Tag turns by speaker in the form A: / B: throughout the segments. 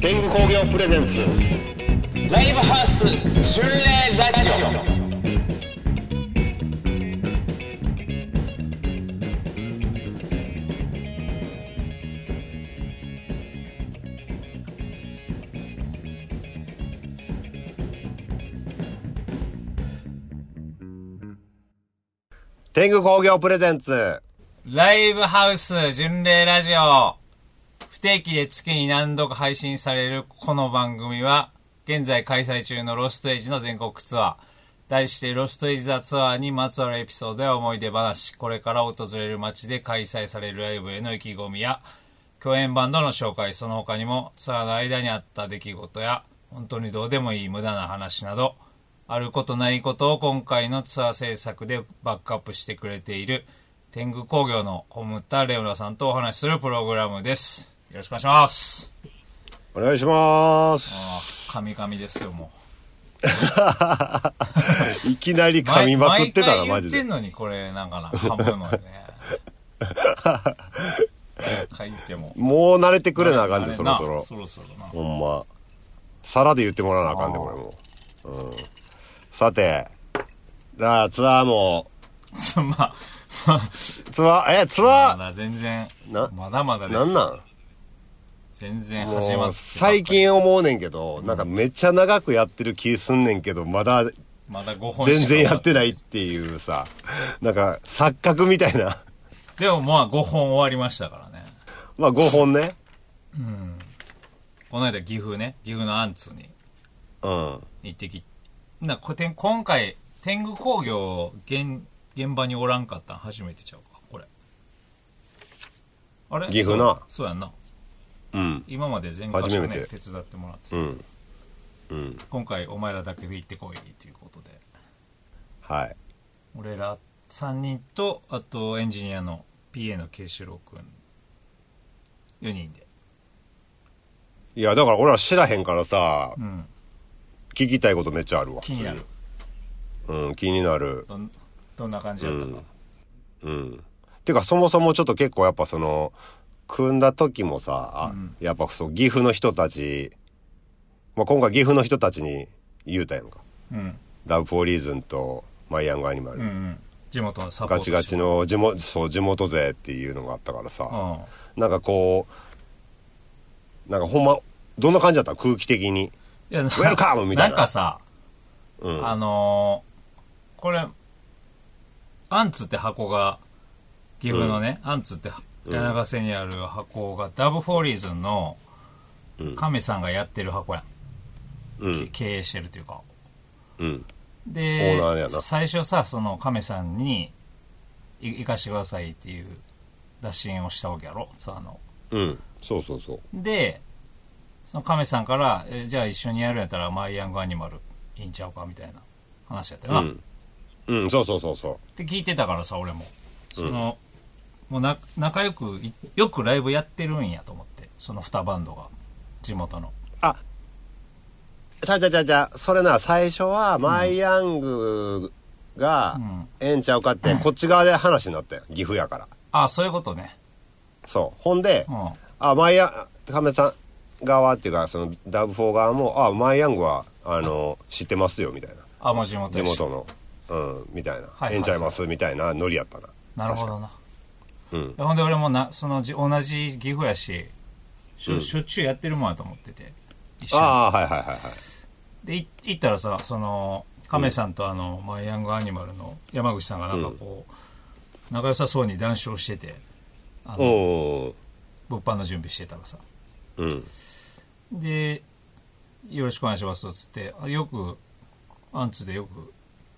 A: 天狗工業プレゼンツ
B: ライブハウス巡礼ラジオ
A: 天狗工業プレゼンツ
B: ライブハウス巡礼ラジオ不定期で月に何度か配信されるこの番組は現在開催中のロストエイジの全国ツアー題してロストエイジザツアーにまつわるエピソードや思い出話これから訪れる街で開催されるライブへの意気込みや共演バンドの紹介その他にもツアーの間にあった出来事や本当にどうでもいい無駄な話などあることないことを今回のツアー制作でバックアップしてくれている天狗工業のホムタレオラさんとお話しするプログラムです。よろしくお願いします。
A: お願いします
B: あー、神々ですよ、も
A: いきなり
B: う。
A: 噛みまくってたな
B: 毎
A: マ
B: 毎回言
A: ジ
B: って
A: で
B: んのに、これ、なんかな、噛むの ね。書いても。
A: もう慣れてくれなあかんで、
B: れ
A: そ
B: な
A: ろそろ
B: そろそろな。
A: ほんま皿で言ってもらわなあかんでこれもう、うん、さてじゃあツアーも
B: つ まあ、
A: ツアーえツ
B: ま
A: ア
B: だ全然、
A: な
B: まだまだ
A: ー
B: で
A: なん
B: す。
A: なん
B: 全然
A: も
B: 始まってばっか
A: う
B: り。
A: 最近思うねんけどなんかめっちゃ長くやってる気すんねんけどまだ
B: まだ5本しか
A: 全然やってないっていうさなんか錯覚みたいな
B: でもまあ5本終わりましたからね。
A: まあ5本ね
B: この間岐阜ね、岐阜のアンツに
A: うん
B: 行ってき、な、こてん今回、天狗工業現、現場におらんかったん初めてちゃうか、これ。あれ
A: 岐阜な
B: そうそうやんな。
A: うん
B: 今まで全箇所ね、
A: 初めて
B: 手伝ってもらってた、
A: うん
B: 今回お前らだけで行ってこいということで。
A: はい
B: 俺ら3人と、あとエンジニアの PA の慶志郎くん、4人で。
A: いやだから俺ら知らへんからさ
B: うん、
A: 聞きたいことめっちゃあるわ
B: 気になる。
A: うん気になる
B: どん、どんな感じだったか。
A: うんてかそもそもちょっと結構やっぱその組んだ時もさ、やっぱそう岐阜の人たち、まあ、今回岐阜の人たちに言うたやんか
B: うん。
A: ダブフォーリーズンとマイヤングアニマル、
B: うんうん。地元のサポー
A: ガ
B: トし
A: チ
B: て
A: ガチの地元そう地元勢っていうのがあったからさ、
B: うん。
A: なんかこう、なんかほんま、どんな感じだった空気的に。
B: いや、
A: ェルカムみたいな
B: なんかさ、
A: うん。
B: あのーこれ、アンツって箱が、岐阜のね、アンツって柳ヶ瀬にある箱が、ダブフォーリーズンの
A: うん、
B: 亀さんがやってる箱やん。
A: う
B: け
A: ん。
B: 経営してるというか。
A: うん。オーナーや
B: で、
A: な
B: 最初さ、その亀さんに、い行かしてくださいっていう打診をしたわけやろ、さあの。
A: うん。そうそうそう。
B: で、その亀さんから、えじゃあ一緒にやるんやったら、マイヤングアニマルいいんちゃうかみたいな話やったよな。
A: うん。うん、そうそうそうそ
B: って聞いてたからさ俺もその、もうな仲良くいよくライブやってるんやと思ってその2バンドが地元の
A: う。あちゃうちゃうちゃうちゃう。それな、最初は、マイヤングが、ええんちゃうかって、こっち側で話になったよ。岐阜やから。
B: ああそういうことね
A: そう。ほんで、
B: うん
A: あ、マイヤン、亀さん側っていうか、その、ダブフォー側も、あ、マイヤングは、あの、知ってますよ、みたいな。
B: あもう地元
A: 地
B: やし
A: 元の、うん、みたいな、
B: いはい
A: ええんちゃいますみたいなノリやったな。
B: なるほどな、
A: うん
B: いやほんで俺もなそのじ同じ岐阜やししょ,、しょっちゅうやってるもんやと思ってて一緒に
A: ああ、はいはいはいはい。
B: でい行ったらさその亀さんとあの、マイヤングアニマルの山口さんがなんかこう、仲良さそうに談笑してて
A: おお
B: 物販の準備してたらさ
A: ー、うん、
B: で「よろしくお願いします」っつってあ「よくアンツでよく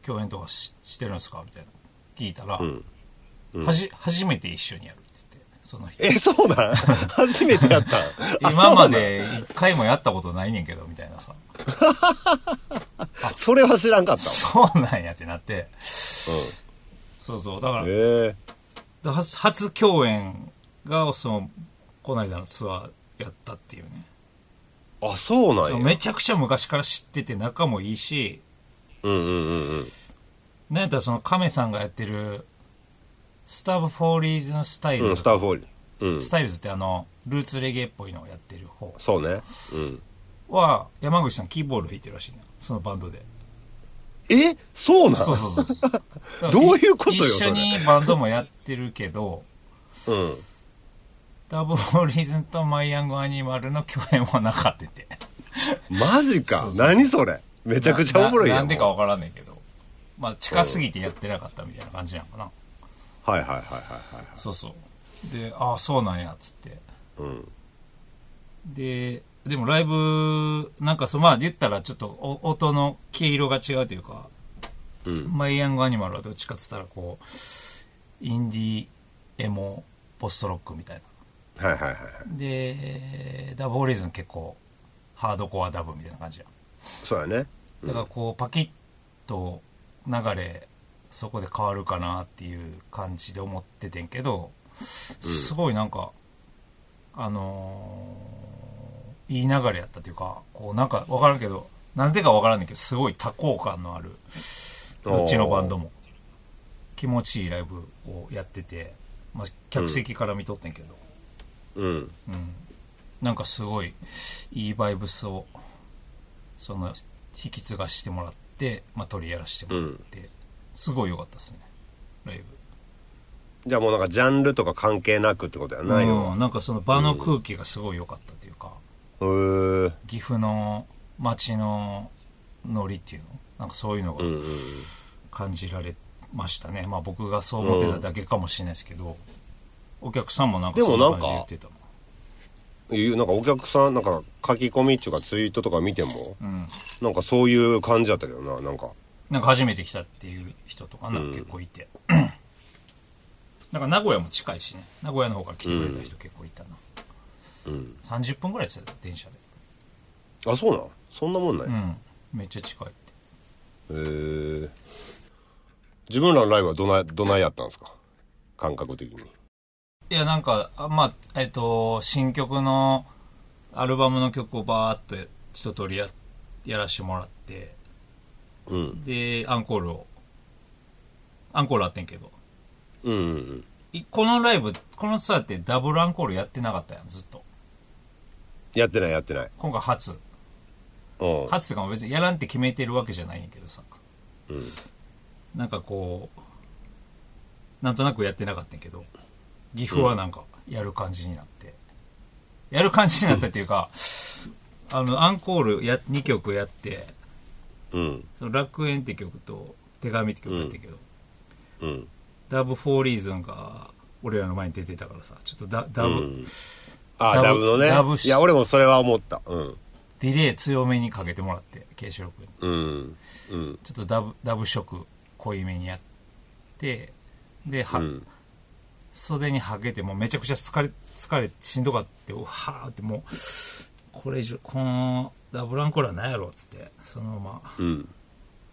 B: 共演とかししてるんですか?」みたいな聞いたら、はじ「初めて一緒にやる」っつってその日
A: え、そうなん 初めてやったんあ
B: 今まで一回もやったことないねんけどみたいなさ
A: それは知らんかったわ。
B: そうなんやってなって、そうそう だから
A: ええ
B: だ初初共演がそのこの間のツアーやったっていうね
A: あ、そうな
B: そうん
A: や。
B: めちゃくちゃ昔から知ってて仲もいいし
A: うんうんうんうん。
B: なんやったらその亀さんがやってる、スタブ・フォーリーズン・スタイ
A: う
B: ル
A: ん、
B: ズ
A: ス。タッフオーリー。うん。
B: スタイルズってあの、ルーツレゲエっぽいのをやってる方
A: そうね。うん。
B: は、山口さんキーボード弾いてるらしいな。そのバンドで。
A: えそうなん
B: そうそうそうそう。
A: どういうことよ
B: 一緒
A: それ
B: にバンドもやってるけど、
A: うん。
B: ダブルリズンとマイヤングアニマルの共演はなかったって。
A: マジか
B: そうそうそう
A: 何それ めちゃくちゃおもろいや
B: なんなんでか
A: も
B: わからんねんけど。まあ、近すぎてやってなかったみたいな感じなのかな。
A: うはいはいはいはいはい
B: そうそう。で、ああ、そうなんや、つって。
A: うん
B: で、でもライブ、なんかそう、まあ言ったらちょっとお音の毛色が違うというか、
A: うん
B: マイヤングアニマルはどっちかっつったらこう、インディー、エモ、ポストロックみたいな。
A: はいはいはいはい
B: で、ダブオリズム結構、ハードコアダブみたいな感じや。
A: そうやね
B: だからこう、パキッと流れ、そこで変わるかなっていう感じで思っててんけど、すごいなんか、あのーいい流れやったというか、こうなんかわからんけど、なんでかわからんねんけど、すごい多幸感のある、どっちのバンドも。気持ちいいライブをやってて、まあ、客席から見とってんけど、
A: うん
B: なんかすごいいいバイブスをその引き継がしてもらって、まあ、取りやらしてもらって、すごい良かったですねライブ
A: じゃあもうなんかジャンルとか関係なくってことやなよ
B: うん、なんかその場の空気がすごい良かったというか、
A: うーん
B: 岐阜の街のノリっていうのなんかそういうのが
A: うんうん
B: 感じられましたね、まあ僕がそう思ってただけかもしれないですけど、お客さんもなんか
A: でも
B: そん
A: な
B: なん
A: か
B: 感じで言ってたもん
A: いうなんかお客さんなんか書き込みっていうかツイートとか見ても、
B: ん
A: なんかそういう感じだったけどななんか
B: なんか初めて来たっていう人とかな、結構いて。 なんか名古屋も近いしね。名古屋の方から来てくれた人結構いたな。
A: うん
B: 30分ぐらいですよ、電車で。
A: あそうなんそんなもんない、
B: う
A: へ
B: ん。めっちゃ近いって。
A: え自分らのライブはどないどないやったんですか感覚的に
B: いや、なんか、あまあ、えっ、と、新曲のアルバムの曲をバーっと一通りややらしてもらって、
A: うん
B: で、アンコールを、アンコールあってんけど、
A: うんうんうん
B: いこのライブ、このツアーってダブルアンコールやってなかったやん、ずっと。
A: やってないやってない
B: 今回初。
A: うん
B: 初とかも別にやらんって決めてるわけじゃないんやけどさ、
A: うん
B: なんかこうなんとなくやってなかったんやけど岐阜はなんかやる感じになって、やる感じになったっていうか、あのアンコールや2曲やって
A: うん
B: その楽園って曲と手紙って曲やったけど、
A: うん
B: ダブ・フォー・リーズンが俺らの前に出てたからさちょっとダダブ、
A: あ
B: ダ
A: ダ
B: ブ
A: ブのね
B: ダブし
A: いや俺もそれは思ったうん
B: ディレイ強めにかけてもらって慶四郎君に
A: うんうん
B: ちょっとダブダブ色濃いめにやってで、は
A: うん
B: 袖にはけてもうめちゃくちゃ疲れ疲れてしんどかってうわーってもうこれ以上このダブルアンコールは何やろっつってそのまま
A: うん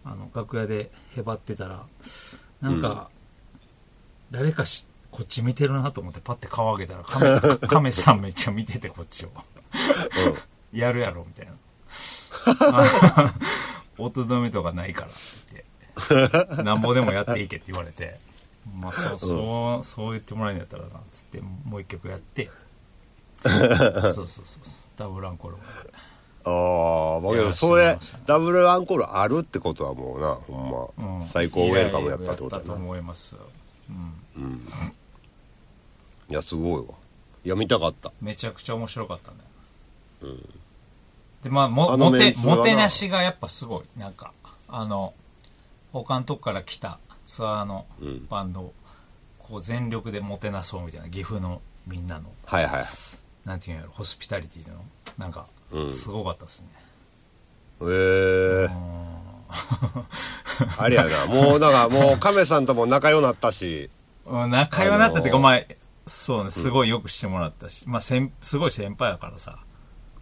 B: あの楽屋でへばってたらなんか、誰かしこっち見てるなと思ってパッて顔上げたらカメカメさんめっちゃ見ててこっちをやるやろみたいな 音止めとかないからって言ってなんぼでもやっていけって言われてまあそうそうそう言ってもらえんやったらなっつってもう一曲やって そうそうそうそうダブルアンコールも
A: ああまあ
B: い
A: け
B: や
A: どそ
B: そう
A: れ
B: なんです
A: ダブルアンコールあるってことはもうなほんま、
B: うん
A: 最高ウェルカムやったってこと
B: いいライブや
A: や
B: ったと
A: な
B: 思います
A: いやすごいわいや見たかった
B: めちゃくちゃ面白かったねでまあも
A: あの
B: も
A: メ
B: て
A: ンツはな
B: もてなしがやっぱすごいなんかあの他のとこから来たツアーの
A: うん
B: バンドをこう全力でもてなそうみたいな岐阜のみんなの
A: はいはいへ
B: なんていうんやろホスピタリティのなんか
A: うん
B: すごかったですね、
A: えー、あれやなもうだからもう亀さんとも仲良くなったし
B: うん、仲良くなったっていうか、
A: あのー
B: まあそうねすごいよくしてもらったし、まあ先すごい先輩やからさ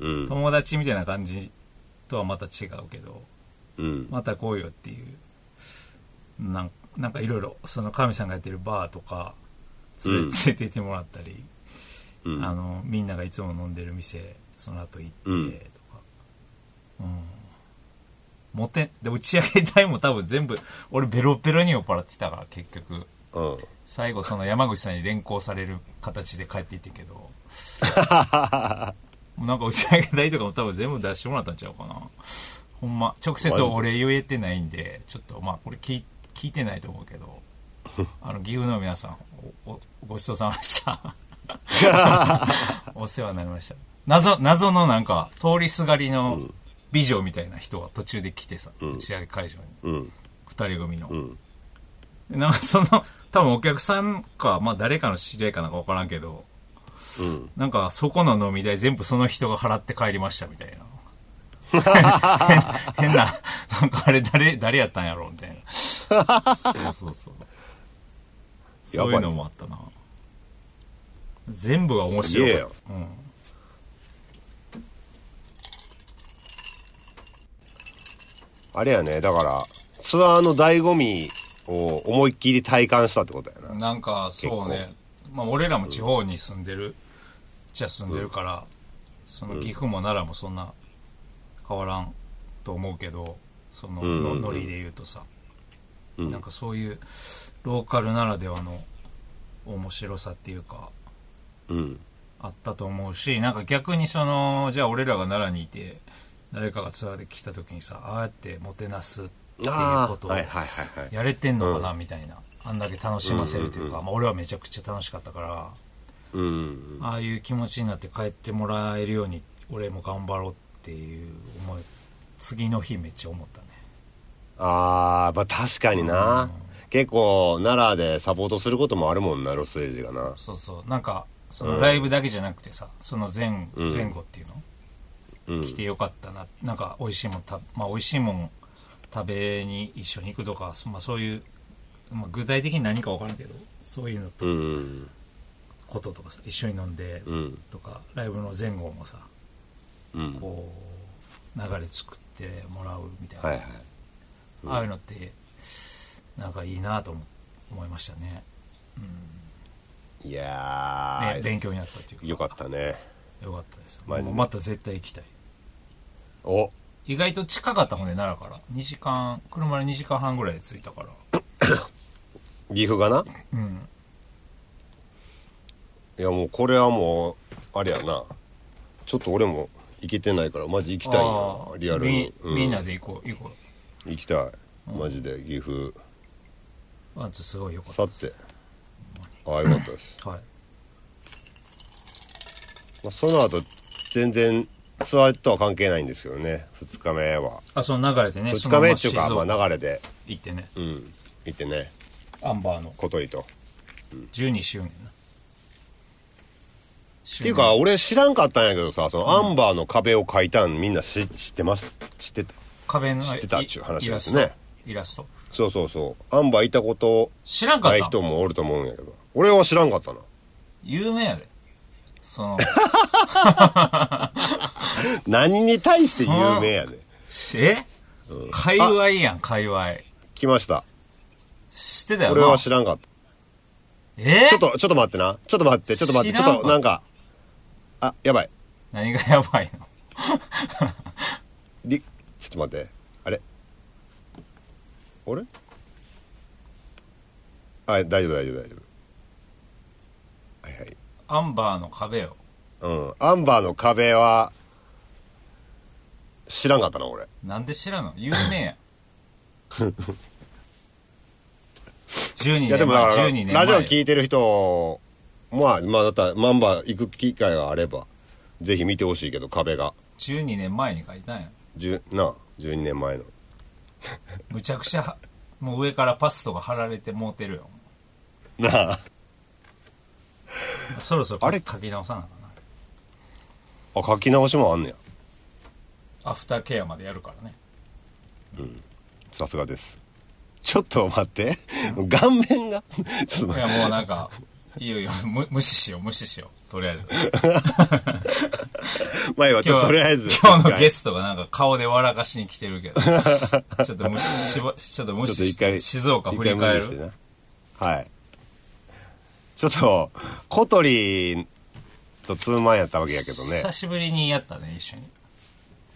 A: うん
B: 友達みたいな感じとはまた違うけど
A: うん
B: また来いよっていうなんなんかいろいろその神さんがやってるバーとか連れ,、
A: うん
B: 連れて行ってもらったり、
A: うん
B: あのみんながいつも飲んでる店その後行ってとか、う
A: うん
B: んモテで打ち上げ代も多分全部俺ベロベロに酔っ払ってたから結局
A: うん。
B: 最後その山口さんに連行される形で帰っていってんけどもうなんか打ち上げ代とかも多分全部出してもらったんちゃうかなほんま直接お礼言えてないんでちょっとまあこれ聞い聞いてないと思うけどあの岐阜の皆さんおおごちそうさまでした お世話になりました謎謎のなんか通りすがりの美女みたいな人が途中で来てさ、打ち上げ会場に、
A: うん。
B: 二人組の、なんかその多分お客さんか、まあ、誰かの知り合いかなんか分からんけど、なんかそこの飲み代全部その人が払って帰りましたみたいな 変ななんかあれ誰誰やったんやろみたいなそうそうそうそういうのもあったな全部が面
A: すげえ
B: 白
A: よ
B: かった、うん、
A: あれやね、だから、ツアーの醍醐味を思いっきり体感したってことやな。
B: なんかそうね、まあ、俺らも地方に住んでる、じゃ住んでるから、その岐阜も奈良もそんな変わらんと思うけどそののノリで言うとさ、なんかそういうローカルならではの面白さっていうか
A: うん。
B: あったと思うしなんか逆にそのじゃあ俺らが奈良にいて誰かがツアーで来た時にさああやってもてなすっていう
A: あ
B: こ
A: あ、
B: とを
A: はいはいはいはい。
B: やれてんのかなみたいな、あんだけ楽しませるというか、まあ、俺はめちゃくちゃ楽しかったから、
A: うん。
B: ああいう気持ちになって帰ってもらえるように俺も頑張ろうっていう思い次の日めっちゃ思ったね
A: ああ、まあ確かにな。結構、奈良でサポートすることもあるもんな、ロスエイジがな。
B: そうそうなんかそのライブだけじゃなくてさその前,、前後っていうの、
A: うん
B: 来てよかったななんか美味しいもんた、まあ、美味しいもん食べに一緒に行くとか、まあ、そういう、まあ、具体的に何か分からんけどそういうのと
A: うん。
B: こととかさ一緒に飲んで
A: ん
B: とか、ライブの前後もさ
A: うん。
B: こう流れ作ってもらうみたいな、
A: はいはい。
B: ああいうのってなんかいいなと思思いましたね
A: いや
B: ね
A: ー、
B: 勉強になったっていうか
A: よかったね。
B: よかったです
A: マジで
B: もうまた絶対行きたい
A: お、
B: 意外と近かったもんね奈良から2時間車で2時間半ぐらいで着いたから
A: 岐阜がな。
B: うん
A: いやもうこれはもう、あれやな。ちょっと俺も行けてないから、マジ行きたい
B: あ
A: な
B: あ、
A: リアルに
B: み。
A: う
B: みんなで行こう行こ
A: 行きたいマジで岐阜
B: うあんつすごいよかっ
A: 去
B: た
A: っ
B: です
A: てああよかっ たです、
B: はい
A: まあ、その後全然ツアーとは関係ないんですけどね2日目は
B: あその流れでね
A: 2日目っていうか
B: そのまま静
A: ま
B: 岡
A: あ流れで
B: 行ってね
A: うん行ってね
B: アンバーの
A: 小鳥とっ
B: 12周年なって
A: いうか俺知らんかったんやけどさそのアンバーの壁を描いたんみんな知知ってます知ってた
B: 壁の
A: 知ってたっちゅう話
B: イ
A: で
B: ラ
A: す
B: ス
A: ね
B: トイラスト
A: そうそうそうアンバーいたこと
B: 知らんかっ
A: な
B: た
A: い人もおると思うんやけど俺は知らんかったな
B: 有名やでそ の
A: 何に対して有名やね
B: え界隈やん界隈
A: 来ました
B: 知ってたよ
A: 俺
B: な
A: は知らんかった
B: え
A: ちょっと、ちょっと待ってな。ちょっと待って、ちょっと待って、
B: 知
A: ち
B: らん
A: ょっと、なんか、あ、やばい。
B: 何がやばいの
A: り、ちょっと待って。あれあれあ、大丈夫、大丈夫、大丈夫。はいはい。
B: アンバーの壁よ
A: うん。アンバーの壁は、知らんかったな、俺。
B: なんで知らんの有名 やん12
A: いや、で
B: 年
A: もだ
B: 前
A: か
B: 12
A: ら、
B: 年前
A: ラジオ聞いてる人、まあ、まあ、だったら、マンバー行く機会があれば、ぜひ見てほしいけど、壁が。
B: 12年前に書いたんや
A: 十なあ、12年 前の。
B: むちゃくちゃもう上からパスとか貼られてもうてるよ
A: なあ。
B: そろそろ
A: あれ
B: 書き直さなあかんな
A: あ、書き直しもあんねや。
B: アフターケアまでやるからね
A: さすがですちょっと待って顔面が ちょっと
B: い
A: 待
B: や
A: って
B: もうなん かいいよいいよむ無視しよう無視しようとりあえず
A: 前はちょっ
B: 今日
A: ととりあえず
B: 今日のゲ
A: ス
B: ストがなんか顔で笑かしに来てる けどちょっと無視しばちょっと無
A: ちょっと
B: 視し
A: 一
B: て
A: 回
B: 静岡振り返
A: 一回無理
B: る
A: してなはいちょっと小鳥とツーマンやったわけやけ
B: 久しぶりにやったね一緒に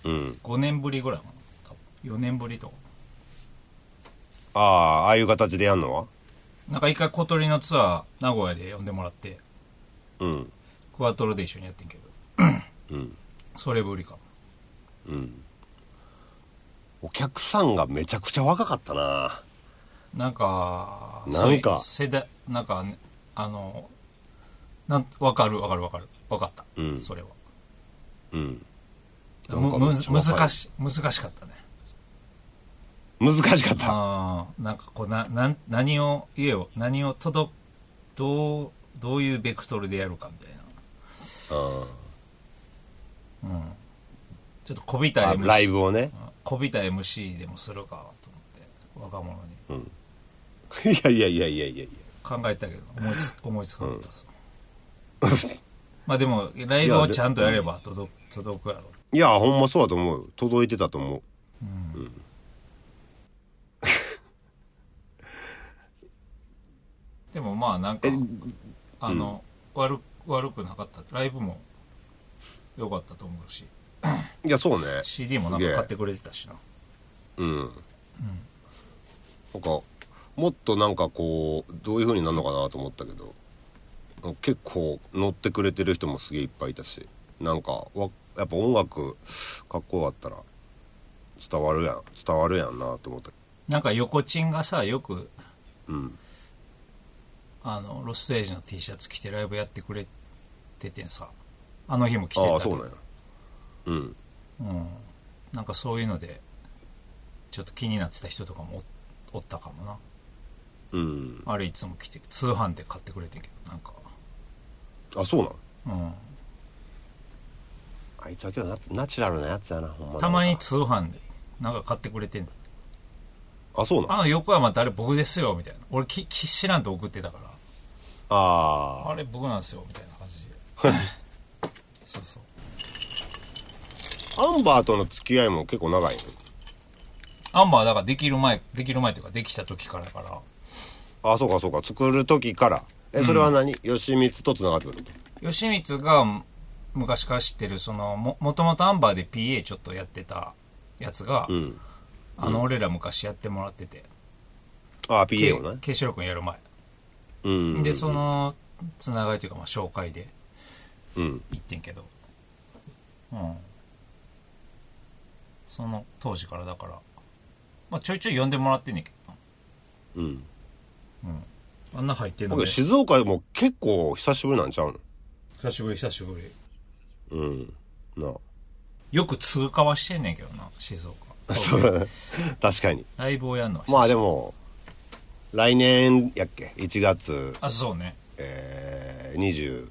A: どねうん
B: 5年ぶりぐらいかな多分4年ぶりとか
A: ああああいう形でやんのは
B: なんか一回小鳥のツアー名古屋で呼んでもらって
A: うん
B: クワトロで一緒にやってんけど
A: うん
B: それぶりか
A: うんお客さんがめちゃくちゃ若かったな
B: なんか
A: なんか
B: そういう世代なんか、ね、あのなんわかるわかるわかるわかった、
A: うん
B: それは
A: うんなん
B: む
A: か
B: む
A: めっちゃわかる
B: 難し難しかったね
A: 難しかった
B: ああなんかこうななん何を言えよ何を届くどうどういうベクトルでやるかみたいなちょっとこびた
A: あ
B: MC
A: ライブを ね
B: こびた MC でもするかと思って若者に
A: いやいやいやいやいやいや
B: 考えたけど思いつ思いつかなかったっす、まあでもライブをちゃんとやれば届く届くやろ
A: いやほんまそうだと思うよ届いてたと思ううん
B: でもまあなんかあの、悪悪くなかったライブも良かったと思うし
A: いやそうね
B: CD もなん
A: す
B: か
A: げえ
B: 買ってくれてたしな
A: うん、なんかもっとなんかこうどういう風になるのかなと思ったけど結構乗ってくれてる人もすげえいっぱいいたしなんかわやっぱ音楽かっこよかったら伝わるやん伝わるやんなと思った
B: なんか横チンがさよく
A: うん
B: あのロストエイジの T シャツ着てライブやってくれててんさあの日も着て
A: あ
B: た
A: あ
B: け
A: そう
B: ど
A: なんやうん
B: うん、なんかそういうのでちょっと気になってた人とかもおおったかもな
A: うん
B: あれいつも来て通販で買ってくれてんけどなんか
A: あそうなん
B: うん
A: あいつは今日ナナチュラルなやつやなほんまなんか
B: たまに通販でなんか買ってくれてんの
A: あそうなんあ
B: あ横山ってあれ僕ですよみたいな俺きき知らんと送ってたから
A: あ
B: あれ僕なんですよみたいな感じでそうそう
A: アンバーとの付き合いも結構長いね
B: アンバーだからできる前できる前というかできた時からだから
A: あそうかそうか作る時からえそれは何、吉光とつながってくるの
B: 吉光が昔から知ってるそのももともとアンバーで PA ちょっとやってたやつが、
A: うん
B: あの俺ら昔やってもらってて
A: あ PA を
B: け
A: ね
B: ケイシロ君やる前
A: うん
B: でそのつながりというかまあ紹介で
A: うん
B: 行ってんけどうんその当時からだからまあちょいちょい呼んでもらってんねんけど
A: うん
B: なあんな入ってんの
A: 僕
B: ね
A: 静岡でも結構久しぶりなんちゃう
B: 久しぶり久しぶり
A: のうんなあ
B: よく通過はしてんねんけどな静岡
A: そう確かに
B: ライブをやるのは久しぶり
A: まあでも来年やっけ1月
B: あそうね
A: え
B: え
A: ー、
B: ーっと
A: 20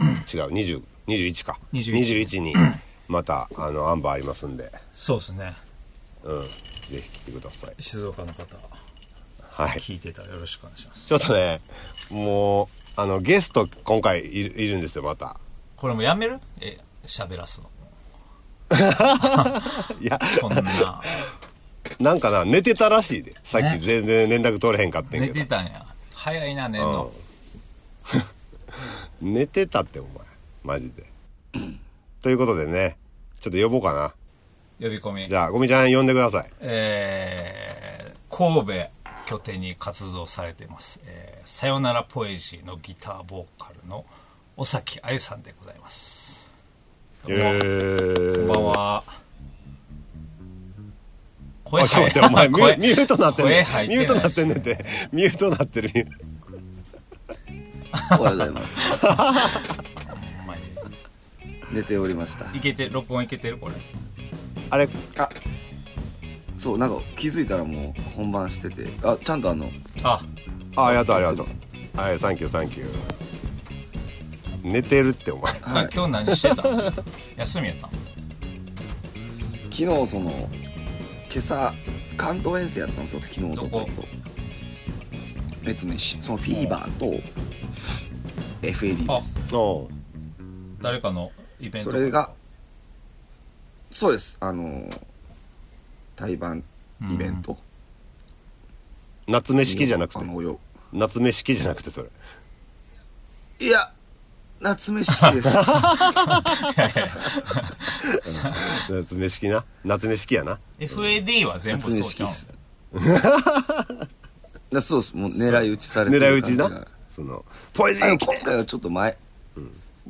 A: 違う2021か
B: 21
A: 21にまたあのアンバーありますんで
B: そうですね
A: うんぜひ来てください
B: 静岡の方
A: はい
B: 聞いてたらよろしくお願いします
A: ちょっとねもうあのゲスト今回いるいるんですよまた
B: これもうやめるえ喋らすの
A: いや
B: こんな
A: なんかな寝てたらしいでさっ
B: ね
A: き全然連絡取れへんかってん
B: 寝
A: けど
B: てたんや早いな寝んの
A: 寝てたってお前マジでということでねちょっと呼ぼうかな
B: 呼び込み
A: じゃあゴミちゃん呼んでください
B: えー神戸拠点に活動されてます、えーさよならポエジーのギターボーカルの尾崎あゆさんでございますどうも
A: え
B: こんばん
A: ー
B: は声
A: あちょっと
B: 入
A: 待ってお前ミュ
B: 声
A: ミュートなってんね
B: 声
A: ん
B: 入って
A: ミ
B: な
A: ュ
B: い
A: ートなってんねんってミュートなってる
C: おはようございます。
B: ほんまに
C: 寝ておりました。
B: いけて録音いけてるこれ
A: あれ
C: あ、そうなんか気づいたらもう本番してて、あちゃんとあの
B: あ
A: あありがとうありがとうはいサンキューサンキュー寝てるってお前
B: お前今日何してた休みやったん
C: 昨日その今朝関東遠征やったんですよ。昨日の
B: どこ
C: えっとねしそのフィーバーと FAD
B: あ
C: です。
A: おう
B: 誰かのイベント
C: それがそうですあの対バンイベント。
A: 夏飯式じゃなくて
C: あのおよ
A: 夏飯式じゃなくてそれ
C: いや夏飯式です。
A: 夏飯式な夏飯式やな
B: FAD は全部そうちゃう
C: 夏飯式っすだ そうですもう狙い撃ちされて
A: 狙い撃ち
C: 感じが
A: なそのポイジ
C: あで
A: ン
C: も
A: 来て
C: 今回はちょっと前、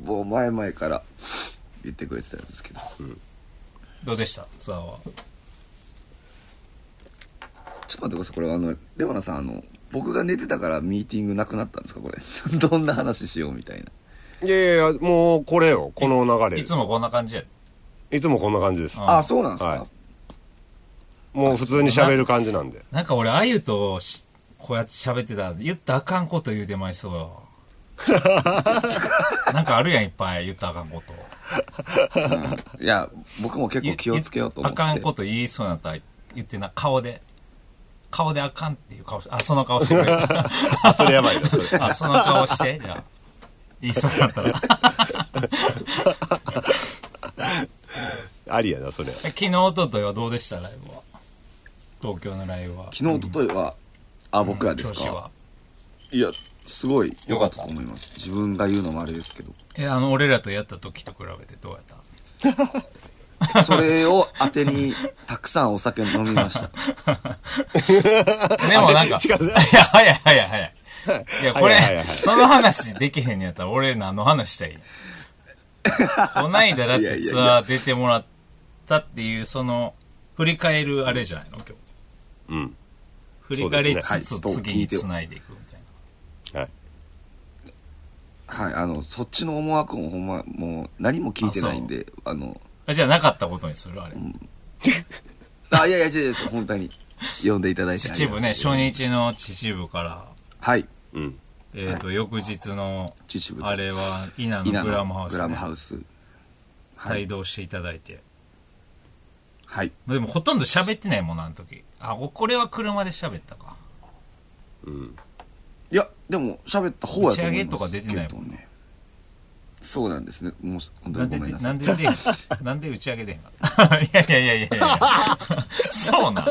C: もう前々から言ってくれてたんですけど、ちょっ
B: どうでしたツアーは。
C: と待ってくださいこれあのレオナさんあの僕が寝てたからミーティングなくなったんですかこれ どんな話しようみたいない
A: やいやもうこれよこの流れ
B: いつもこんな感じや。
A: いつもこんな感じです
B: あ
C: あそうなんですか、
A: はいもう普通に喋る感じなんで
B: なんか俺、あゆとしこうやって喋ってたら、言ったらあかんこと言うてまいそうよ。なんかあるやん、いっぱい言ったらあかんこと。
C: いや僕も結構気をつけようと思って
B: 言あかんこと言いそうになったら言ってな、顔で。顔であかんっていう顔して、あ、その顔してくれた。
A: あそれやばい なそれ
B: あ、その顔して、じゃあ。言いそうになったら。
A: ありやなそれ
B: 昨日、おとといはどうでした、ライブは。東京のライブは。
C: 昨日おとといはあ僕らで
B: 調
C: す
B: 子
C: か、
B: は。
C: いやすごい
B: 良
C: 良
B: か
C: か
B: っ
C: ったたと思います自分が言うのもあれですけど
B: え、あの、俺らとやった時と比べてどうやった
C: それを当てにたくさんお酒飲みました
B: でもなんか、
A: 違 う
B: いや、早い早い早い。いや、これ
A: 早い早い、早い
B: その話できへんのやったら俺何の話したらいいのこないだだっ
C: いやい
B: て
C: やいや
B: ツアー出てもらったっていう、その、振り返るあれじゃないの今日。
A: うん
B: 振り返りつ
C: そ
B: つ
C: うですねはい
B: 次に繋いでいくみたいな。
A: はい
C: はいあのそっちの思惑もほんまもう何も聞いてないんであの
B: あじゃあなかったことにするあれ。
C: あいやいや違う違う本当に呼んでいただいて
B: 秩父ね、初
C: ありがとうございます
B: 日の秩父から、
C: はい
A: うん
B: えっと、翌日の、
C: 秩父と
B: あれは、稲の
C: 稲の
B: グラムハウス
C: グラム
B: で
C: ハウスは
B: 帯
C: い、
B: 同していただいて。
C: はい、
B: でもほとんど喋ってないもんな、あの時。あ、これは車で喋ったか。
A: うん
C: いやでも喋った方やと思います
B: 打ち上げとか出てないもん
C: けどねそうなんですねもう本当
B: なん
C: に
B: で
C: ごめん
B: で、
C: なさ
B: ないんでで、なんで打ち上げでへんかった。 いやいやいやいやいやそうなん。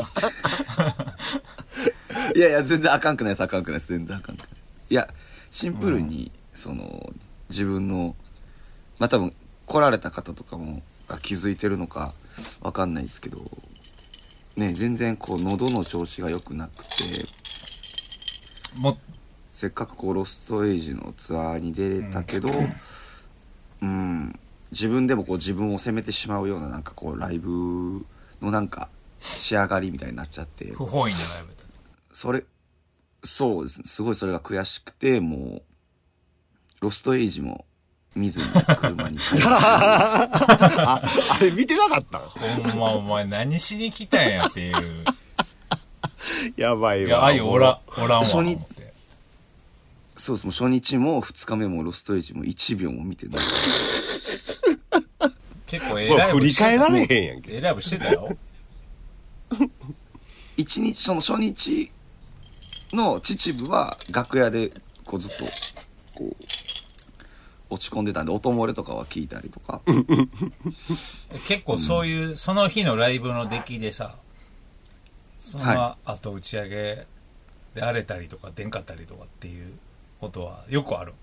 C: いやいや全然あかんくないですあかんくないです全然あかんくないいやシンプルに、その自分のまあ多分来られた方とかもが気づいてるのかわかんないですけどね全然こう喉の調子が良くなくて
B: もう、
C: せっかくこうロストエイジのツアーに出れたけどうん、自分でもこう自分を責めてしまうようななんかこうライブのなんか仕上がりみたいになっちゃって
B: 不本意なライブだ
C: それ、そうですね。すごいそれが悔しくて、もう、ロストエイジも見ずに車に帰って。
A: ああれ見てなかったん
B: った。ほんまお前何しに来たんやっていう。
A: やばいわ
B: いや、あゆおら、おらんわ。
C: 一
B: 思
C: 緒
B: っ
C: に
B: て。
C: そうです。もう初日も2日目もロストエイジも1秒も見てない。
B: 結構え
A: これ
B: らい
A: 振り返られへんやんけ
B: えらいぶしてたよ。
C: 一日、その初日の秩父は楽屋でこうずっと、こう、落ち込んでたんで、音漏れとかは聞いたりとか。
B: 結構そういう、その日のライブの出来でさ、その、
C: は
B: 後打ち上げで荒れたりとか、出んかったりとかっていうことはよくある。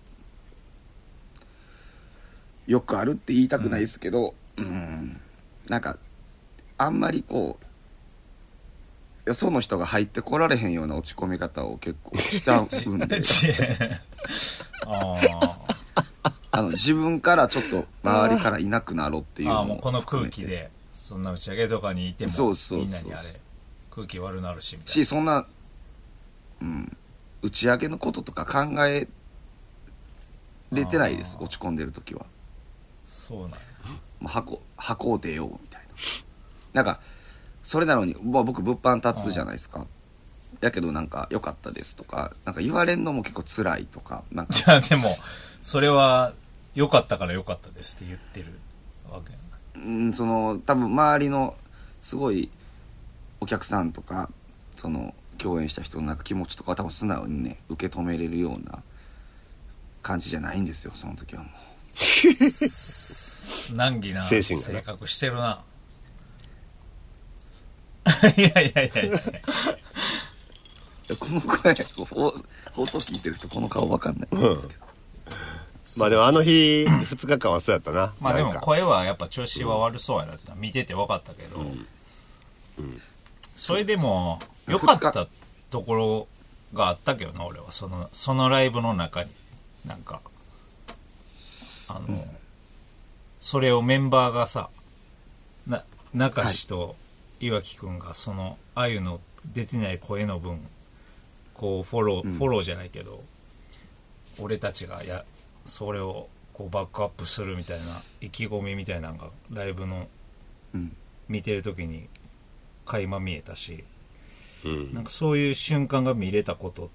C: よくあるって言いたくないですけど、うん、なんかあんまりこうよその人が入ってこられへんような落ち込み方を結構しちゃうんで
B: ち ああ。
C: あの自分からちょっと周りからいなくなろうっていう
B: ああ
C: の
B: もう
C: も
B: この空気でそんな打ち上げとかにいても
C: そうそうそう
B: みんなにあれ空気悪なるしみたい
C: しそんな、うん、打ち上げのこととか考えれてないです落ち込んでる時は
B: なそうなんや
C: もう箱箱を出ようみたいななんかそれなのに、まあ、僕物販立つじゃないですかだけどなんか良かったですとかなんか言われんのも結構辛いとかなんか
B: じゃあでもそれは良かったから良かったですって言ってるわけやな
C: うんその多分周りのすごいお客さんとかその共演した人のなんか気持ちとかは多分素直にね受け止めれるような感じじゃないんですよその時はもう
B: 難儀な
A: 精神がな
B: 性格してるな いやいやいやいや
C: いやこの声放放送聞いてる人この顔わかんないと思うんですけど、
A: まあでもあの日2日間はそうやったな
B: まあでも
A: なんか
B: 声はやっぱ調子は悪そうやなってのは見てて分かったけど、それでも良かったところがあったけどな俺はそのそのライブの中になんかあの、それをメンバーがさな中志と岩城くんがそのあゆの出てない声の分こうフォロー、フォローじゃないけど俺たちがやそれをこうバックアップするみたいな意気込みみたいなのがライブの
C: うん
B: 見てる時に垣間見えたし
A: うん
B: なんかそういう瞬間が見れたこと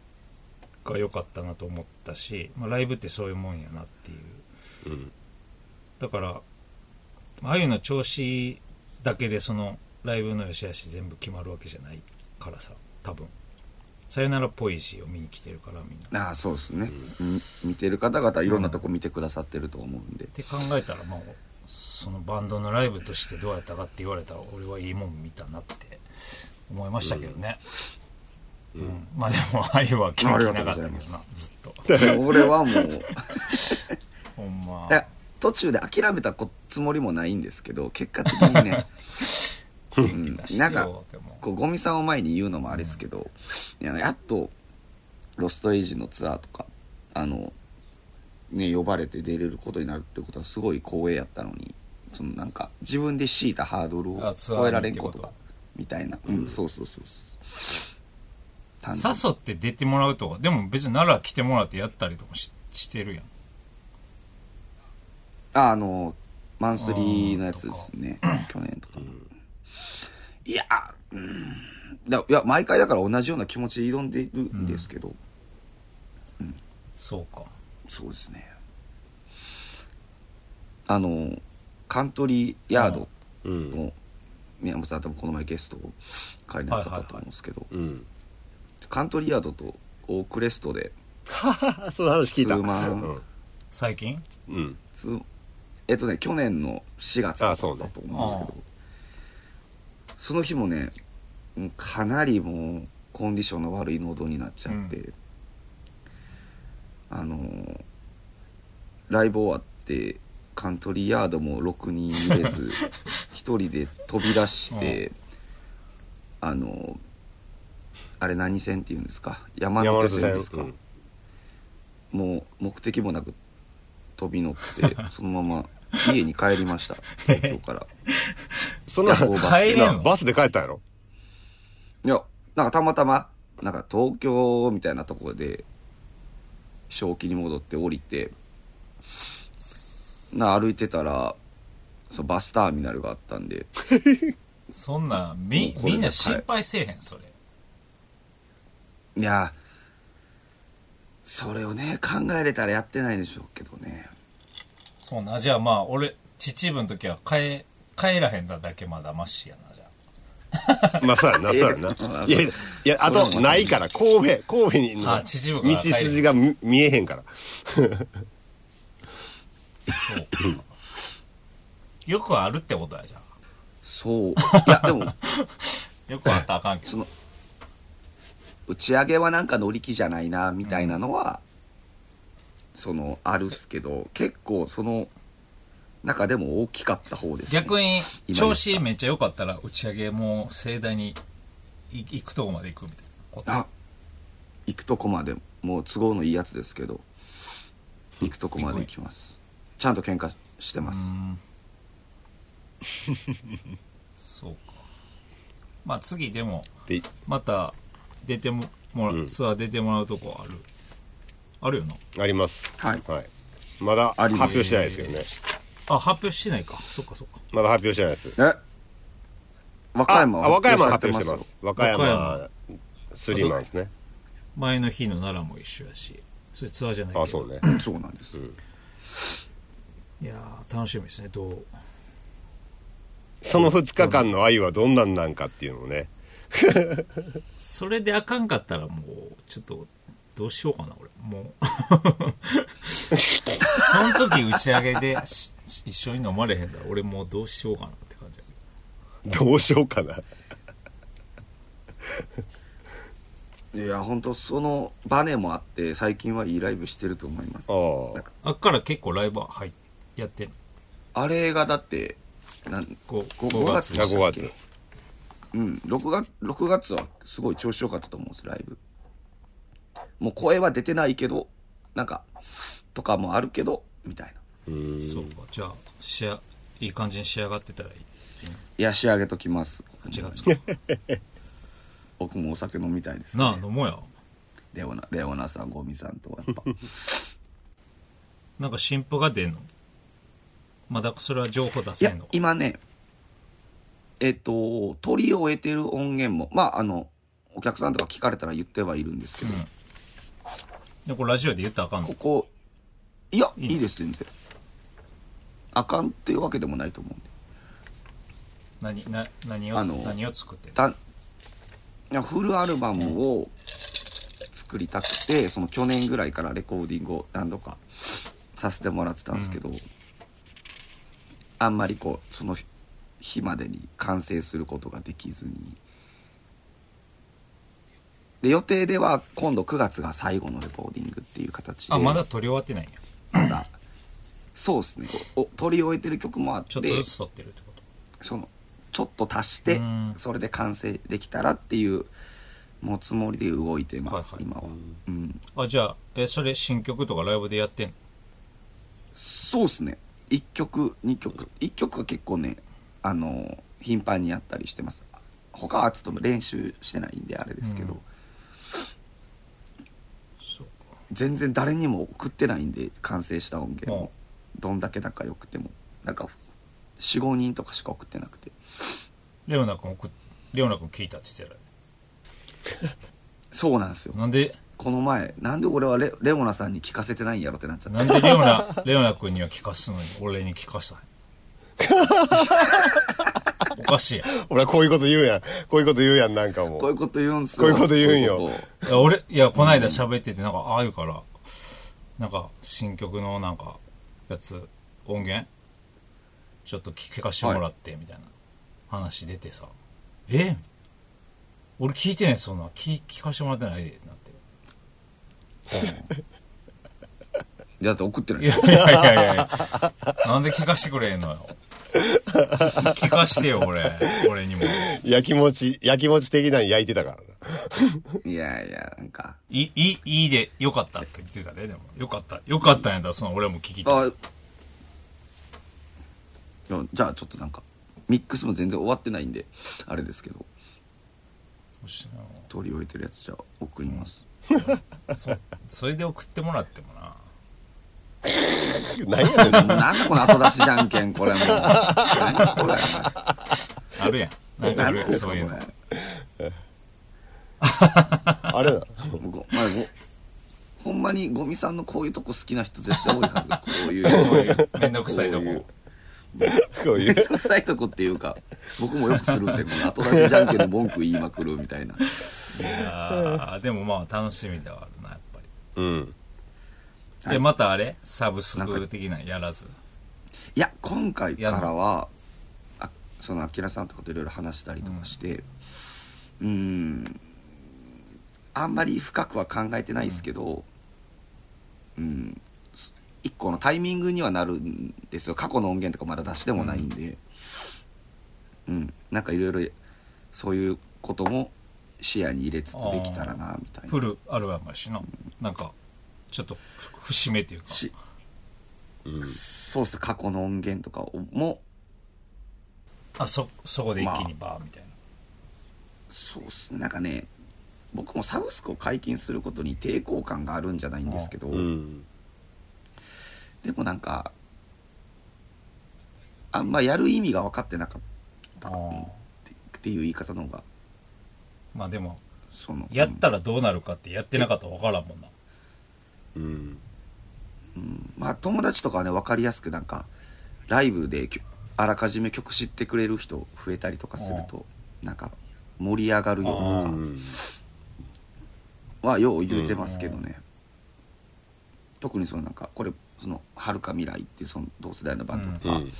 B: が良かったなと思ったし、まあ、ライブってそういうもんやなっていう、だからあゆの調子だけでそのライブの良し悪し全部決まるわけじゃないからさ多分「さよならポイシー」を見に来てるからみんな。っ
C: ああそうですね、み見てる方々いろんなとこ見てくださってると思うんで、
B: て考えたらまあそのバンドのライブとしてどうやったかって言われたら俺はいいもん見たなって思いましたけどね。うんまあでもあゆは元気なかったけど
C: ありがとうございま
B: なずっと。
C: 俺はもう
B: ほんま
C: い。や途中で諦めたこつもりもないんですけど結果的に ね
B: 元気出してよ
C: なんか
B: でも
C: こうゴミさんを前に言うのもあれですけど、いややっと「ロストエイジ」のツアーとかあのね呼ばれて出れることになるってことはすごい光栄やったのにそのなんか自分で敷いたハードルを
B: あツアーに
C: 超えられんこと
B: ってこ
C: が
B: と
C: みたいな、うんそうそうそうそう単純
B: 誘って出てもらうとかでも別に奈良来てもらってやったりとかししてるやん
C: ああのマンスリーのやつですね去年とか、いやうんだいや毎回だから同じような気持ちで挑んでいるんですけど、
B: そうか
C: そうですねあのカントリーヤード
A: うん
C: の宮本さん多分この前ゲストを会談さったと思うんですけど、
A: うん
C: カントリーヤードとオークレストで
A: あその話聞いた
C: 数万
A: うん
B: 最近
A: うん
C: つえっとね去年の4月だ
A: あ
C: ったと
A: そ
C: 思う
A: うんね
C: ですけどその日もねもうかなりもうコンディションの悪い喉になっちゃって、
B: う
C: あのーライブ終わってカントリーヤードもろくに見れず 一人で飛び出して、あのーあれ何線っていうんですか山
A: 山
C: 手
A: 手
C: 線
A: 線
C: ですか、
A: うん
C: もう目的もなく飛び乗ってそのまま家に帰りました東京から
A: そんな
C: 夜行バス
B: 帰れんの
A: なバスで帰ったんやろ
C: いやなんかたまたまなんか東京みたいなところで正気に戻って降りてな歩いてたらそのバスターミナルがあったんで
B: そんなみ
C: もうこれ
B: み
C: で
B: んな心配せえへんそれ
C: いやそれをね考えれたらやってないでしょうけどね
B: そうなじゃあまあ俺秩父の時は帰帰らへんだだけまだマシやなじゃあ
A: まあそうやんな、そうやんな。いや、いや、あ
C: それ
A: と、
C: も
A: ないから、神戸、神戸にの
B: あ秩父から
A: 道筋が見見えへんから。
B: そうかよくあるってことやじゃあ
C: そういやでも
B: よくあったらあかん けど
C: その打ち上げはなんか乗り気じゃないなみたいなのは、そのあるっすけど結構その中でも大きかった方です、ね、
B: 逆に
C: 今
B: 調子めっちゃ良かったら打ち上げもう盛大にい行くとこまで行くみたいなこと
C: あ行くとこまでもう都合のいいやつですけど行くとこまで行きますちゃんと喧嘩してます、
B: そうかまあ次でも
A: で、
B: また出てももら、うツアー出てもらうとこあるあるよな
A: あります。
C: はい
A: まだ
C: あ
A: 発
C: ります
A: 表してないですけどね。
B: あ発表してないかそっかそっか
A: まだ発表してないです。
C: え
A: あ、
C: 和歌
A: あ
C: 山
A: 和歌山発表して
C: よ
A: ます。和歌
B: 和
A: 山スリーマンですね。
B: 前の日の奈良も一緒やしそれツアーじゃないけど
A: あ、そうね。
C: そうなんです、
B: いやー楽しみですねどう
A: その2日間の愛はどんなんなんかっていうのをね。
B: それであかんかったらもうちょっとどうしようかな俺も うその時打ち上げでし 一緒に飲まれへんだら俺もうどうしようかなって感じやけど
A: どうしようかな。
C: いや本当そのバネもあって最近はいいライブしてると思います
A: ああ。
B: あっから結構ライブは入っやってんの
C: あれがだってなん
B: ご
C: ご
B: ご
C: 5
B: 月
C: 月
A: 5月。
C: うん、6月、6月はすごい調子良かったと思うんです、ライブ。もう声は出てないけど、なんか、とかもあるけど、みたいな。
B: そうかじゃあ仕上いい感じに仕上がってたらいい
C: いや、仕上げときます。
B: 8月 か
C: 僕もお酒飲みたいです。
B: なあ飲もうや
C: レオナ、レオナさん、ゴミさんとはやっぱ。
B: なんか新譜が出んのまだそれは情報出
C: い
B: せ
C: や
B: んの、か
C: 今ね、えっ、と、取り終えてる音源も、まあ、あの、お客さんとか聞かれたら言ってはいるんですけど、
B: でこれラジオで言ったらあかんの
C: ここ、いや、いいです、全然。あかんっていうわけでもないと思うんで。
B: 何な何を、
C: あの
B: 何を作ってんの
C: たいやフルアルバムを作りたくてその去年ぐらいからレコーディングを何度かさせてもらってたんですけど、あんまりこうその日までに完成することができずにで予定では今度9月が最後のレコーディングっていう形で
B: あまだ撮り終わってないんや
C: まだそうですねおお取り終えてる曲もあって
B: ちょっとずつ撮ってるってこと
C: そのちょっと足して
B: うん
C: それで完成できたらっていうもうつもりで動いてます、
B: はいは
C: 今は、うん、
B: あじゃあえそれ新曲とかライブでやってんの
C: そうっすね1曲2曲1曲は結構ねあの頻繁にやったりしてます他はちょっと練習してないんであれですけど、
B: うんそうか
C: 全然誰にも送ってないんで完成した音源
B: うん
C: も、どんだけ仲良くてもなんか45人とかしか送ってなくて
B: レオナ君送っレオナ君聞いたって言って
C: そうなんですよ
B: たなんで
C: この前なんで俺はレレオナさんに聞かせてないんやろってなっちゃった
B: なんでレオナ レオナ君には聞かすのに 俺に聞かさないおかしいやん
A: 俺はこういうこと言うやんこういうこと言うやんなんかも
C: こういううこと言うんす
A: こういうこと言うんよ
C: こういうこと
B: いや俺いやこないだ喋っててなんかああいうからなんか新曲のなんかやつ音源ちょっと聞かしてもらってみたいな話出てさ、え俺聞いてないそんな聞聞かしてもらってないでってなって
C: だって送ってない
B: いやいやいやいやなんで聞かしてくれんのよ聞かしてよ俺俺にも
A: 焼きもち焼きもち的なの焼いてたからない
C: やいや、なんか。
B: いいいいいでよかったって言ってたねでもよかったよかったんやったらその俺も聞きたい
C: あいやじゃあちょっとなんか、ミックスも全然終わってないんで、あれですけど、
B: もしな
C: 取り終えてるやつじゃあ送ります。
B: そそれで送ってもらってもな
A: 何やねん
C: もうなんだこの後出しじゃんけん、これもう。何これ。
B: あるやんなんかあるやん
C: 何
B: そういう
C: こ
B: の
A: あれだ
C: れ。もうごまあごほんまにゴミさんのこういうとこ好きな人絶対多いはず。こういう。こ う
B: めんどくさいとこ
C: こういう
A: こういう
C: めんどくさいとこっていうか、僕もよくするんで、この後出しじゃんけんの文句言いまくるみたいな。
B: あーでもまあ楽しみではあるなやっぱり
A: うん
C: はい
B: でまたあれサブスク的なんやらず
C: いや今回からはあそのアキラさんとかといろいろ話したりとかしてうーんあんまり深くは考えてないですけどうん、す一個のタイミングにはなるんですよ過去の音源とかまだ出してもないんでうん、なんかいろいろそういうことも視野に入れつつできたらなみたい
B: フ
C: な
B: ルアルバムやしななんかちょっとふ節目っていうか
C: し
A: うん
C: そうっす過去の音源とかをも
B: あそそこで一気にバーみたいな、
C: そうっすねなんかね僕もサブスクを解禁することに抵抗感があるんじゃないんですけど、
A: うん
C: でもなんかあんまやる意味が分かってなかった
B: あ
C: っ
B: ー
C: てっていう言い方の方が
B: まあでも
C: その
B: やったらどうなるかってやってなかったら分からんもんな
A: うん
C: まあ友達とかはね分かりやすくなんかライブできょあらかじめ曲知ってくれる人増えたりとかするとなんか盛り上がるよ
A: う
C: とか
A: ん
C: はよう言うてますけどね、特にそのなんかこれその「はるか未来」っていうその同世代のバンドと
A: う
C: か、
A: ん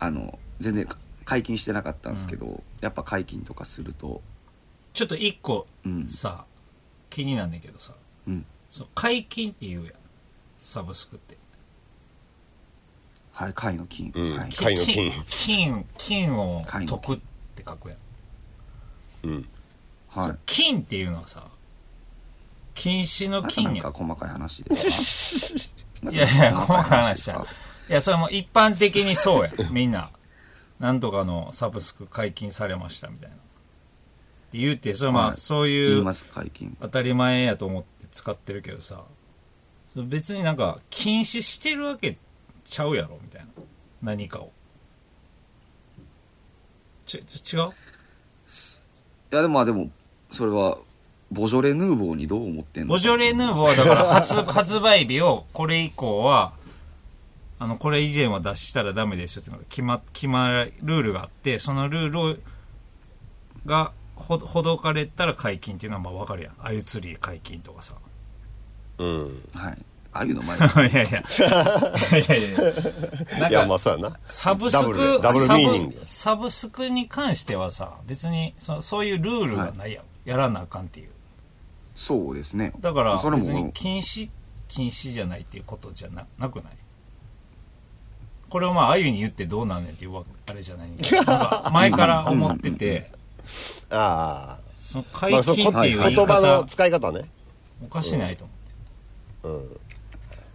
C: あの全然か解禁してなかったんですけど、やっぱ解禁とかすると
B: ちょっと一個
C: うん
B: さ、気になんねんけどさ
C: うん
B: そう解禁って言うやんサブスクって
C: はい貝の金、
A: うん
C: はい、
A: 貝の金
B: 金金金を
C: 貝の
B: 得って書くやん
A: うん
C: はい
B: そう金っていうのはさ、禁止の
C: またな
B: 金
C: ん
B: や
C: か
B: ん。
C: 細かい話ですか
B: いやいや、細かい話
C: じ
B: じ
C: ゃ
B: ゃん。いや、それも一般的にそうや。みん な。なんとかのサブスク解禁されましたみたいな。って言うて、それはま
C: は
B: あ、
C: い
B: そう
C: 言
B: い
C: いうます解禁
B: 当たり前やと思って使ってるけどさそれ別になんか禁止してるわけちゃうやろみたいな何かをちょちょ違う
C: いやでもまあでもそれはボジョレ・ヌーボーにどう思ってんの
B: ボジョレ・ヌーボーは だから発発売日をこれ以降はあのこれ以前は出したらダメですよっていうのが決ま決まるルールがあってそのルールをがほほどかれたら解禁っていうのはまあ分かるやんあゆ釣り解禁とかさ
A: うん
C: はいあゆの前
B: いやいやいやいやいやなん
A: いや
B: か
A: まあそうやな
B: サブス
A: ダブ
B: ク
A: ルでダブル
B: サ
A: ミーニン
B: ブ
A: グ
B: サブスクに関してはさ別にそそういうルールがないやん、やらなあかんっていう
C: そうですね
B: だから
C: それ
B: 別に
C: も
B: 禁止禁止じゃないっていうことじゃななくないこれをまああゆに言ってどうなんねんっていうわあれじゃないんだ けどなんか前から思ってて
A: あ
B: その
A: あ
B: 解
A: ま
B: 禁
A: あ
B: って
A: そう
B: い
A: こ
B: う言い
A: 言葉の
B: 方
A: 使い方ね
B: おかしいないと思って
A: うん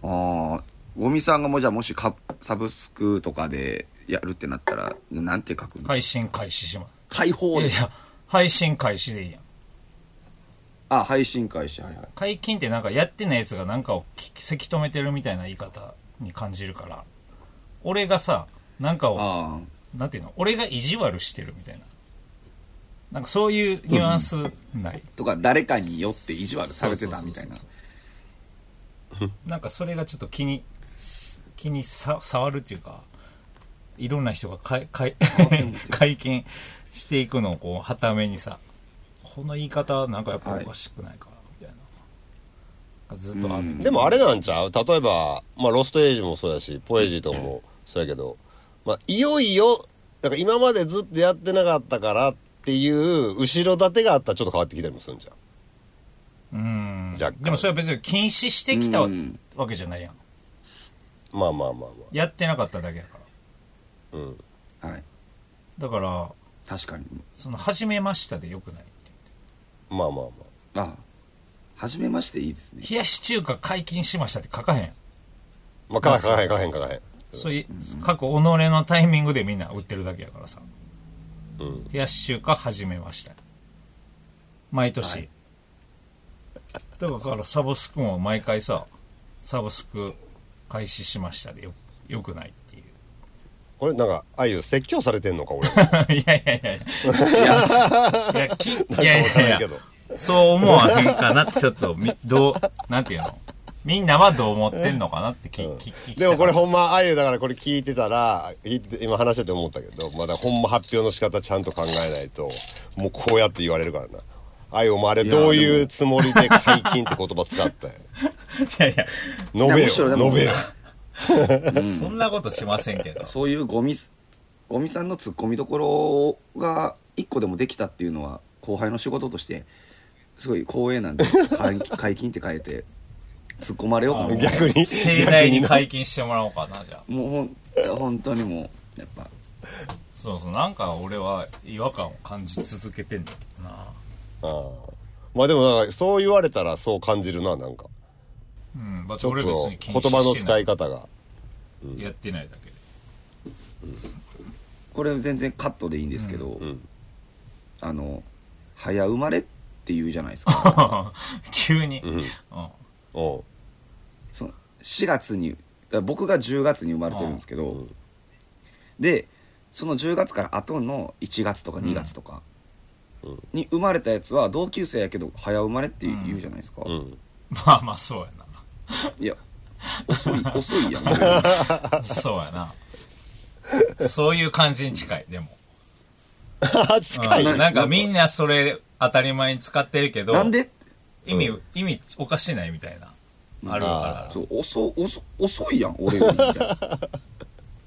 C: ああゴミさんがもうじゃあもしかサブスクとかでやるってなったらなんて書くの、
B: 配信開始します
C: 解
B: い
C: 放
B: やいや配信開始でいいやん
C: あ配信開始はいはい
B: 解禁ってなんかやってないやつがなんかをきせき止めてるみたいな言い方に感じるから俺がさなんかを
C: ああ
B: なんていうの俺が意地悪してるみたいななんかそういうニュアンスない
C: とか誰かによって意地悪されてたみたいな
B: そうそうそうそうなんかそれがちょっと気にし気にさ触るっていうかいろんな人がかいか い解禁していくのをこうはためにさこの言い方はなんかやっぱおかしくないかなみたいな、ずっとある、
A: でもあれなんちゃう例えば、まあ、ロストエイジもそうやしポエジーともそうやけど、まあ、いよいよなんか今までずっとやってなかったからっていう後ろ盾があったらちょっと変わってきたりもするんじゃん
B: うん
A: 若干
B: でもそれは別に禁止してきたわ
C: うん
B: わけじゃないやん
A: まあまあまあ
B: やってなかっただけだから
A: まあうん
C: はい
B: だから
C: 確かに
B: その始めましたでよくないっていう
A: まあまあま
C: ああ初めましていいですね
B: 冷やし中華解禁しましたって書かへん
A: あまあかかへんかへんかへん
B: そういう、各己のタイミングでみんな売ってるだけやからさ。
A: うん
B: 冷やし中華始めました。毎年。だからサブスクも毎回さ、サブスク開始しましたでよ、よくないっていう。
A: これなんかああいう説教されてんの か俺
B: いやいやいやいや。いや、きいやい
A: なんかわかん
B: やい
A: な
B: や
A: いけど
B: そう思わへんかなって、ちょっと、み、どう、なんていうのみんなはどう思ってんのかなって聞、き聞き
A: でもこれ
B: ほ
A: ほんまああいうだからこれ聞いてたら聞いて今話してて思ったけどまだほんま発表の仕方ちゃんと考えないともうこうやって言われるからなあいうお前あれどういうつもりで解禁って言葉使ったんや
B: いやいや、
A: 述
C: いや
A: べ
C: むしろで
A: よ
C: も
A: 述べよ
B: そんなことしませんけど。
C: そういうゴミゴミさんのツッコミどころが一個でもできたっていうのは後輩の仕事としてすごい光栄なんで解 解禁って変えて突っ込まれようか
B: あ
C: な
B: の
A: 逆に
B: 盛大に解禁してもらおうかな、じゃあ。
C: もうほんいや本当にもうやっぱ
B: そうそう、なんか俺は違和感を感じ続けてんだけどな。
A: ああまあでもなんかそう言われたらそう感じるななんか
B: うん、だって
A: ちょっと
B: 俺
A: 言
B: 別に禁止
A: 葉の
B: して
A: 使
B: ない
A: い方が
B: やってないだけで。
C: これ全然カットでいいんですけど、
A: ん
C: あの「早生まれ」って言うじゃないですか
B: 急に。うん。
A: うん
C: その4月にだから僕が10月に生まれてるんですけど、でその10月から後の1月とか2月とか
A: うん
C: に生まれたやつは同級生やけど早生まれって言うじゃないですか、
A: うん
B: まあまあ、そうや
C: いや遅い遅い やん
B: な。そうやな。そういう感じに近い、でも。
A: ああ 近い
B: うん、なんかみんなそれ当たり前に使ってるけど、
C: なんで
B: 意味、意味おかしないみたいな。あるから。
C: そう遅遅遅いやん俺よりみたいない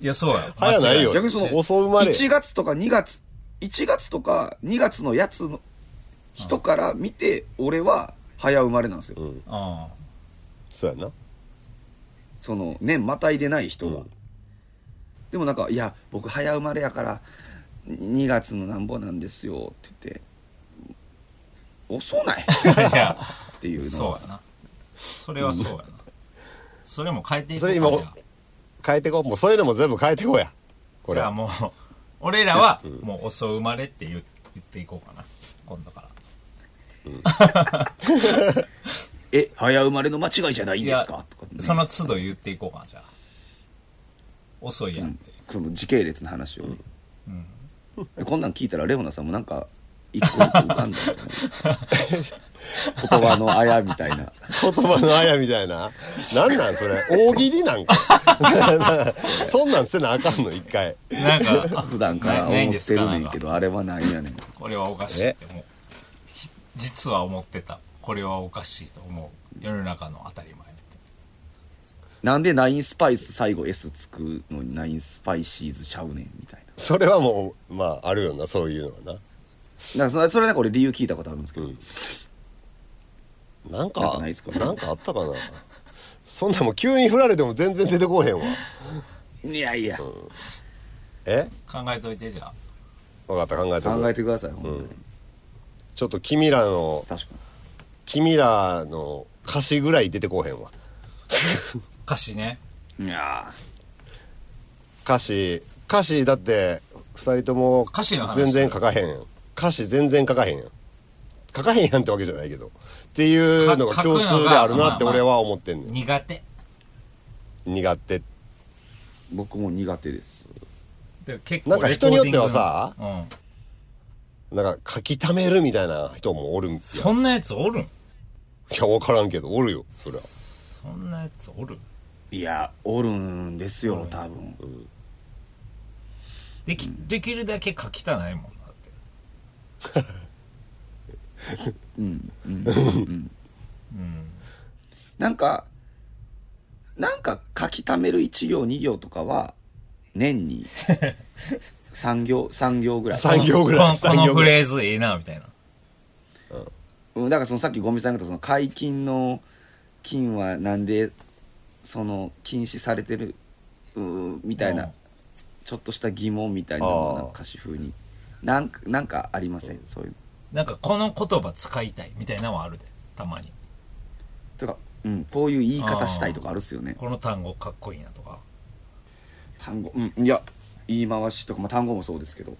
B: や、そうや。
A: 早ないよ
B: 間違
C: 逆にその
A: 遅生まれ
C: 1月とか2月1月とか2月のやつの人から見て俺は早生まれなんですよ、
A: ん
B: うん。
A: そうやな
C: その年またいでない人が、
A: うん
C: でもなんか「いや僕早生まれやからに2月のなんぼなんですよ」って言って遅ない
B: いや、
C: っていう の
B: そうやな。それはそうやな。それも変えていこ
A: そうれ
B: かじ
A: 今
B: ゃあ。
A: 変えてこうもうそういうのも全部変えてこうやこ
B: じ
A: れ
B: ゃあもう、俺らはもう遅生まれって言う言っていこうかな。今度から。
C: え早生まれの間違いじゃないん
B: い
C: で
B: や
C: すかとかね、
B: その都度言っていこうかな、じゃあ。遅いやんって。
C: その時系列の話を、こんなん聞いたらレオナさんもなんか一個一個浮かんだんじゃないですか言葉のあやみたいな
A: 言葉のあやみたいななんなんそれ大喜利なんか そんなんせなあかんの一回
B: なんか、
C: 普段から
B: な
C: 思
B: ないん
C: っ
B: で
C: て
B: すか
C: るねんけどあれはなんやねん
B: これはおかしいってもうひ実は思ってたこれはおかしいと思う世の中の当たり前
C: なんでナインスパイス最後 S つくのにナインスパイシーズちゃうねんみたいな
A: それはもうまああるよなそういうのは
C: なんかそれそれなんか俺理由聞いたことあるんですけど、
A: ななんか
C: なん
A: な
C: か
A: ん
C: ないっすか
A: かあったかなそんなもん急に振られても全然出てこうへんわ
C: いやいや
A: え
B: 考えといてじゃあ
A: 分かった考えて
C: 考
A: く
C: え
A: る
C: てください、ほんまに
A: ちょっと君らの
C: 確かに
A: 君らの歌詞ぐらい出てこうへんわ
B: 歌詞ね
C: いや
A: 歌詞歌詞だって2人とも
B: 歌詞の話
A: 全然書かへん歌詞全然書かへんやん書かへんやんってわけじゃないけどっていうのが
B: か
A: 共
B: 書く
A: 通
B: の
A: で
B: が
A: あるなって
B: まあまあ
A: 俺は思ってんねん
B: 苦手
A: 苦手
C: ー僕も苦手です
B: で結
A: なんか人によっては
B: レコー
A: さ
B: ディングのうん、
A: なんか書き溜めるみたいな人もおるみたい
B: そんなやつおるん
A: いや分からんけどおるよそりゃ
B: そんなやつおる
C: いやおるんですよ多分
B: できできるだけ書きたないもんなって
C: うんうんうんなんかなんか書き溜める1行2行とかは年に3行3行ぐらい
A: 三行ぐらい
B: このこ
A: 三
B: の
A: 行
B: フ
A: ぐら
B: レーズいいなみたいな
C: うんだからそのさっきゴミさんが言ったその解禁の金はなんでその禁止されてるうーみたいな、
B: うん
C: ちょっとした疑問みたいなのがなんか歌詞風になんかなんかありません、そういうの
B: なんかこの言葉使いたいみたいなのはあるでたまに
C: とか、うん、こういう言い方したいとかあるっすよね
B: この単語かっこいいなとか
C: 単語うんいや言い回しとか、まあ、単語もそうですけど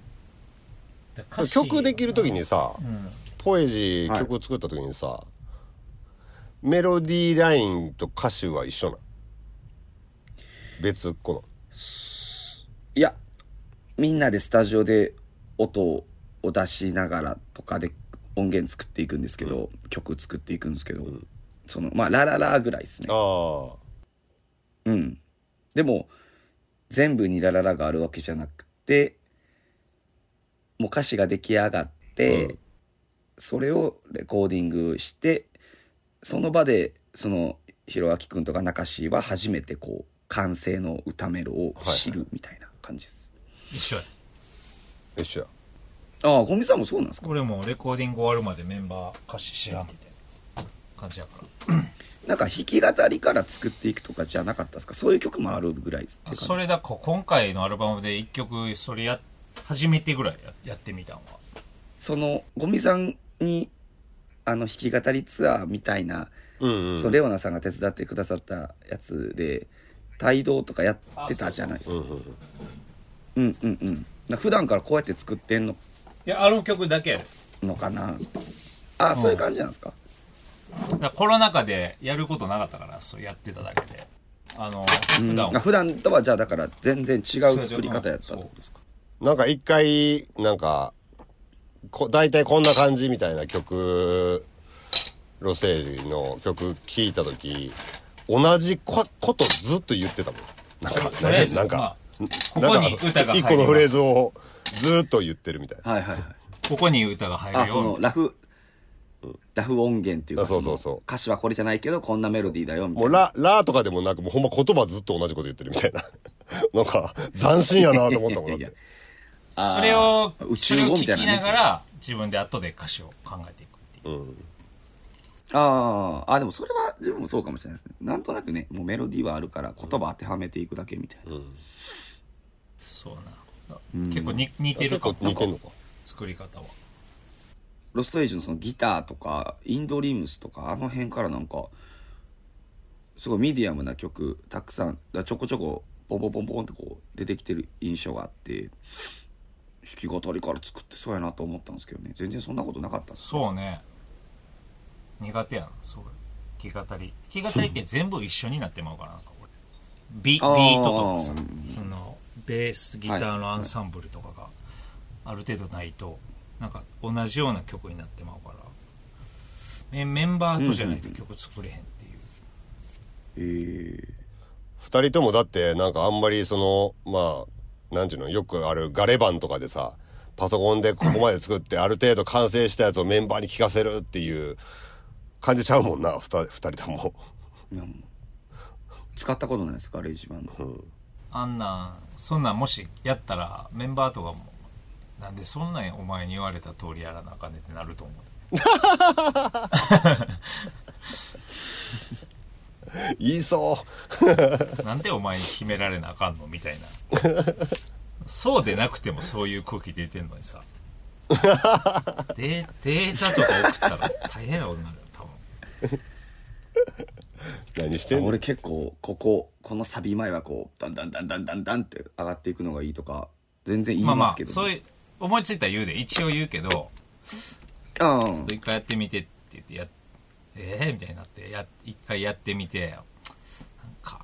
B: で歌詞
A: 曲できる時にさ、
B: ん
A: ポエジー
C: はい
A: 曲作った時にさ、メロディーラインと歌詞は一緒なん別っこの
C: いやみんなでスタジオで音を出しながらとかで音源作っていくんですけど、曲作っていくんですけど、そのまあラララぐらいですね
A: ああ
C: うん。でも、全部にラララがあるわけじゃなくて、もう歌詞が出来上がって、
A: うん
C: それをレコーディングして、その場で、その、ひろあきくんとか中志は初めてこう、完成の歌メロを知るみたいな感じです。
B: 一緒や
A: 一緒や
C: ああ、ゴミさんもそうなんですか
B: これもうレコーディング終わるまでメンバー歌詞知らんみたいな感じやから
C: なんか弾き語りから作っていくとかじゃなかったですかそういう曲もあるぐらいですっていう感じ
B: それだこ今回のアルバムで一曲それや初めてぐらいややってみたんは
C: その、ゴミさんに、あの、弾き語りツアーみたいな、
A: うんうん
C: そうレオナさんが手伝ってくださったやつで帯同とかやってたじゃないですかうんうんうんな普段からこうやって作ってんの
B: いやあの曲だけやで
C: のかなあそういう感じなんですか
B: だからコロナ禍でやることなかったからそうやってただけであの
C: うん
B: 普段
C: あ
B: は
C: 普段とはじゃあだから全然違う作り方やったってことですか
A: なんか一回なんかこ大体こんな感じみたいな曲ロセージの曲聴いた時同じこことずっと言ってたもんなんか
B: とりあえず
A: なん
B: ま
A: か
B: あ、ここに歌が入り
A: 一
B: ます
A: 個のフレーズをずっと言ってるみたいな
C: はいはいはい
B: ここに歌が入
C: あ
B: る
C: そ
B: よ
C: のラフラフ音源っていうか
A: あそうそうそう
C: の歌詞はこれじゃないけどこんなメロディーだよみたい
A: もう
C: な
A: ラ「ラ」とかでもなくもうほんま言葉ずっと同じこと言ってるみたいな なんか斬新やなと思ったもんだっ
C: いや
A: て
C: いあー
B: それを
C: 宇宙
B: それ
C: 語
B: を
C: みたい
B: 聞き
C: なね
B: ながら自分で後で歌詞を考えていくっていう、
C: あーあでもそれは自分もそうかもしれないですねなんとなくねもうメロディーはあるから言葉当てはめていくだけみたいな、
B: そうな結構に似てる
A: 結
B: か
A: 構
B: も
A: 似てんのか
B: 作り方は
C: ロストエイジのそのギターとか、インドリムスとか、あの辺からなんか、すごいミディアムな曲、たくさん、だからちょこちょこ、ポンポンポンポンってこう、出てきてる印象があって、弾き語りから作ってそうやなと思ったんですけどね、全然そんなことなかったんです
B: そうね苦手やなそう弾き語り弾き語りって全部一緒になってまうからなんか俺ビビ
C: あー
B: ートとかさ
C: う
B: そのベースギターのアンサンブルとかがある程度ないとなんか同じような曲になってまうからメメンバーとじゃないと曲作れへんっていう
C: えー、
A: 2人ともだってなんかあんまりそのまあなんていうのよくあるガレ版とかでさパソコンでここまで作 ってある程度完成したやつをメンバーに聞かせるっていう感じちゃうもんな 2, 人とも
C: いやもう使ったことないですか、ガレージバンド。
B: あんなんそんなんもしやったらメンバーとかもなんでそんなんお前に言われた通りやらなあかんねんってなると思う
A: 言いそう
B: なんでお前に決められなあかんのみたいな。そうでなくてもそういう空気出てんのにさ。デーデータとか送ったら大変なことになるよ、多分。
A: 何してんの
C: 俺結構こここのサビ前はこうだんだんだんだんだんだんって上がっていくのがいいとか全然言い
B: まあま
C: ます
B: あ
C: け、ど、
B: そういう、思いついたら言うで、一応言うけど、
C: あ
B: ちょっと一回やってみてって言って、や、ええみたいになって、や、一回やってみて、なんか、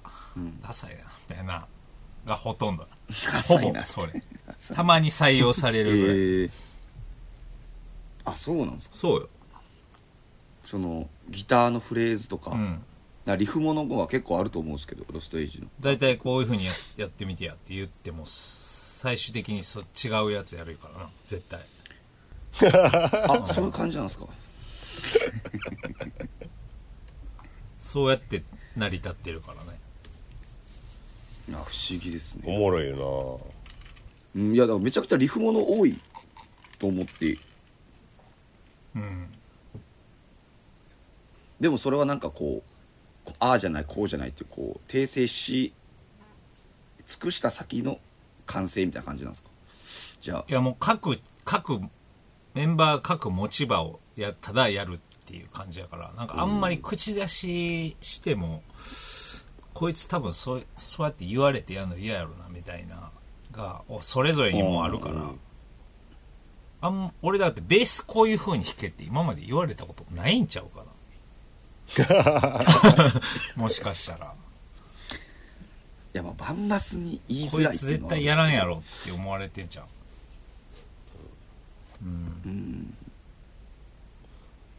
B: ダサいな、みたいな、がほとんど。ほ
C: サい
B: ぼ
C: な、
B: それ。たまに採用され
C: え
B: るぐらい。
C: ーあそうなんですか
B: そうよ。
C: そのギターのフレーズとか,、
B: うん。
C: リフものは結構あると思うんですけどロストエイジの
B: 大体こういうふうにややってみてやって言っても最終的にそ違うやつやるからな絶対
C: あそういう感じなんですか
B: そうやって成り立ってるからね
C: いや不思議です
A: お
C: ね、
A: もろいよ
C: うん、いやだからめちゃくちゃリフもの多いと思って
B: うん
C: でもそれはなんかこうこああじゃないこうじゃないってこう訂正し尽くした先の完成みたいな感じなんですかじゃあ
B: いやもう各各メンバー各持ち場をやただやるっていう感じやからなんかあんまり口出ししても、こいつ多分そうそうやって言われてやるの嫌やろなみたいながおそれぞれにもあるから、あん俺だってベースこういう風に弾けって今まで言われたことないんちゃう かなもしかしたら
C: いやまあバンマスに言い
B: こ
C: づ
B: い
C: らい
B: つ
C: っていう
B: 絶
C: のは
B: 対やらんやろって思われてんちゃう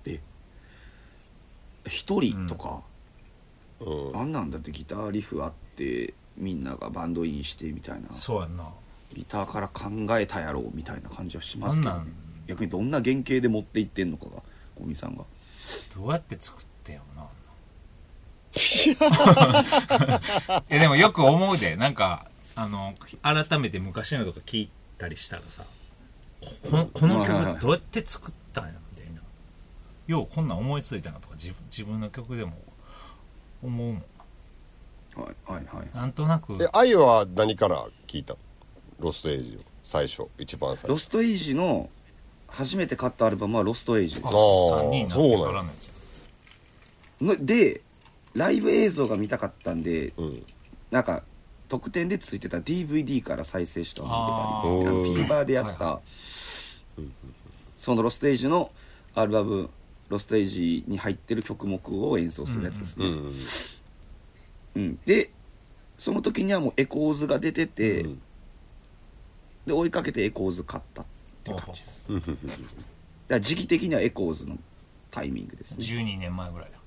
C: え一人とか、
A: なうん
C: あんなんだってギターリフあってみんながバンドインしてみたいな
B: そうやんな
C: ギターから考えたやろうみたいな感じはしますけど、
B: あんな
C: ね
B: ん、
C: 逆にどんな原型で持っていってんのかが五味さんが
B: どうやって作ってんやろなあんないやでもよく思うでなんかあの改めて昔のとか聞いたりしたらさここのこの
C: はいはいは
B: 曲
C: い
B: どうやって作ったんやみたいなようこんなん思いついたなとか自分自分の曲でも思うもん
C: はいはいはい
B: なんとなく
A: え愛は何から聞いたのロストエイジを最初一番最
C: ロ
A: 初
C: ストエイジの初めて買ったアルバムは「ロストエイジ
B: あ
A: あ
C: で
A: ー
B: 3人になってからのやつ
C: すのでライブ映像が見たかったんで
A: うん
C: なんか特典でついてた DVD から再生した思い出があ
B: あ
C: りますね
A: ー
C: あのフィーバーでやっ
B: は
C: たそのロステージのアルバム「ロステージ」に入ってる曲目を演奏するやつです
A: う
C: ね、
A: ん
C: うんでその時にはもうエコーズが出てて、
A: うん
C: で追いかけてエコーズ買っただか
B: やほうほう
C: ら時期的にはエコーズのタイミングですね
B: 12年前ぐらいだ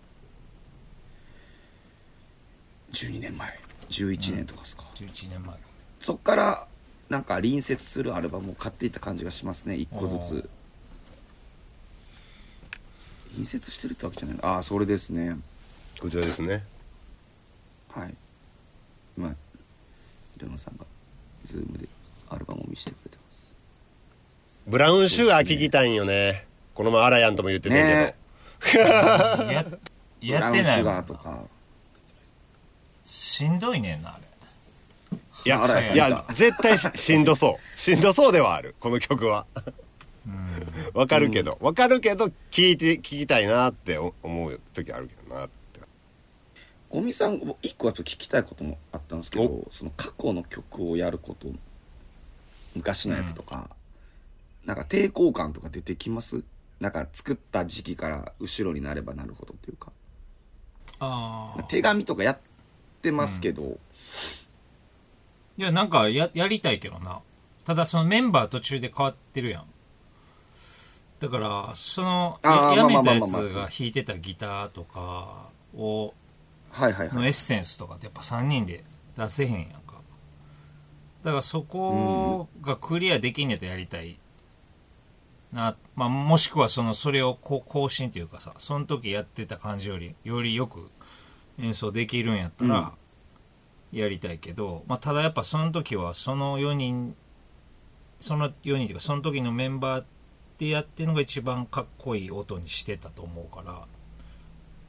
C: 12年前11年とかですか、
B: 11年 前
C: そっからなんか隣接するアルバムを買っていった感じがしますね一個ず
B: お
C: つ隣接してるってわけじゃないああそれですね
A: こちらですね
C: はい今ルノさんがズームでアルバムを見せてくれてます
A: ブラウンシュガー聞きたいんよねこの前アラヤンとも言ってたけど、
C: ね
B: や
C: え
B: やってない
C: ブ
B: も
C: ラ
B: ん
C: ウンシュガーとか
B: しんどいねんなあれ
A: いや
C: あらやさん
A: いや絶対ししんどそうしんどそうではあるこの曲はわかるけど、わかるけど聞いて聞きたいなって思う時あるけどなって
C: 五味さん僕一個やっぱ聞きたいこともあったんですけど
A: お
C: その過去の曲をやること昔のやつとか、なんか抵抗感とか出てきますなんか作った時期から後ろになればなるほどというか
B: ああ。
C: 手紙とかやってますけど、
B: いや、なんかや、やりたいけどな。ただ、そのメンバー途中で変わってるやん。だから、その、
C: あー
B: やや
C: まあ
B: め
C: まあまあまあ
B: たやつが弾いてたギターとかを、
C: はいはいは
B: の
C: い
B: エッセンスとかってやっぱ3人で出せへんやんかだからそこがクリアできんやったらやりたいな、まあ、もしくはそのそれをこう更新というかさその時やってた感じよりよりよく演奏できるんやったらやりたいけど、まあ、ただやっぱその時はその4人その4人というかその時のメンバーでやってるのが一番かっこいい音にしてたと思うから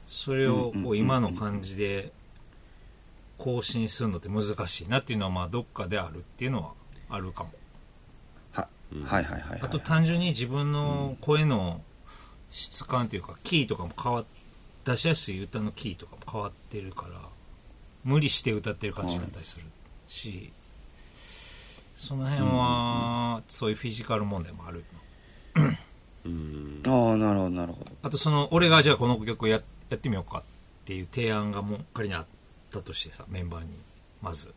B: それをこう今の感じで更新するのって難しいなっていうのはまあどっかであるっていうのはあるかも
C: ははいはいはいはい
B: あと単純に自分の声の質感というかキーとかも変わっ出しやすい歌のキーとかも変わってるから無理して歌ってる感じになったりするしその辺はそういうフィジカル問題もある
C: ああなるほどなるほど
B: あとその俺がじゃあこの曲ややってみようかっていう提案がもう仮にあったとしてさメンバーにまず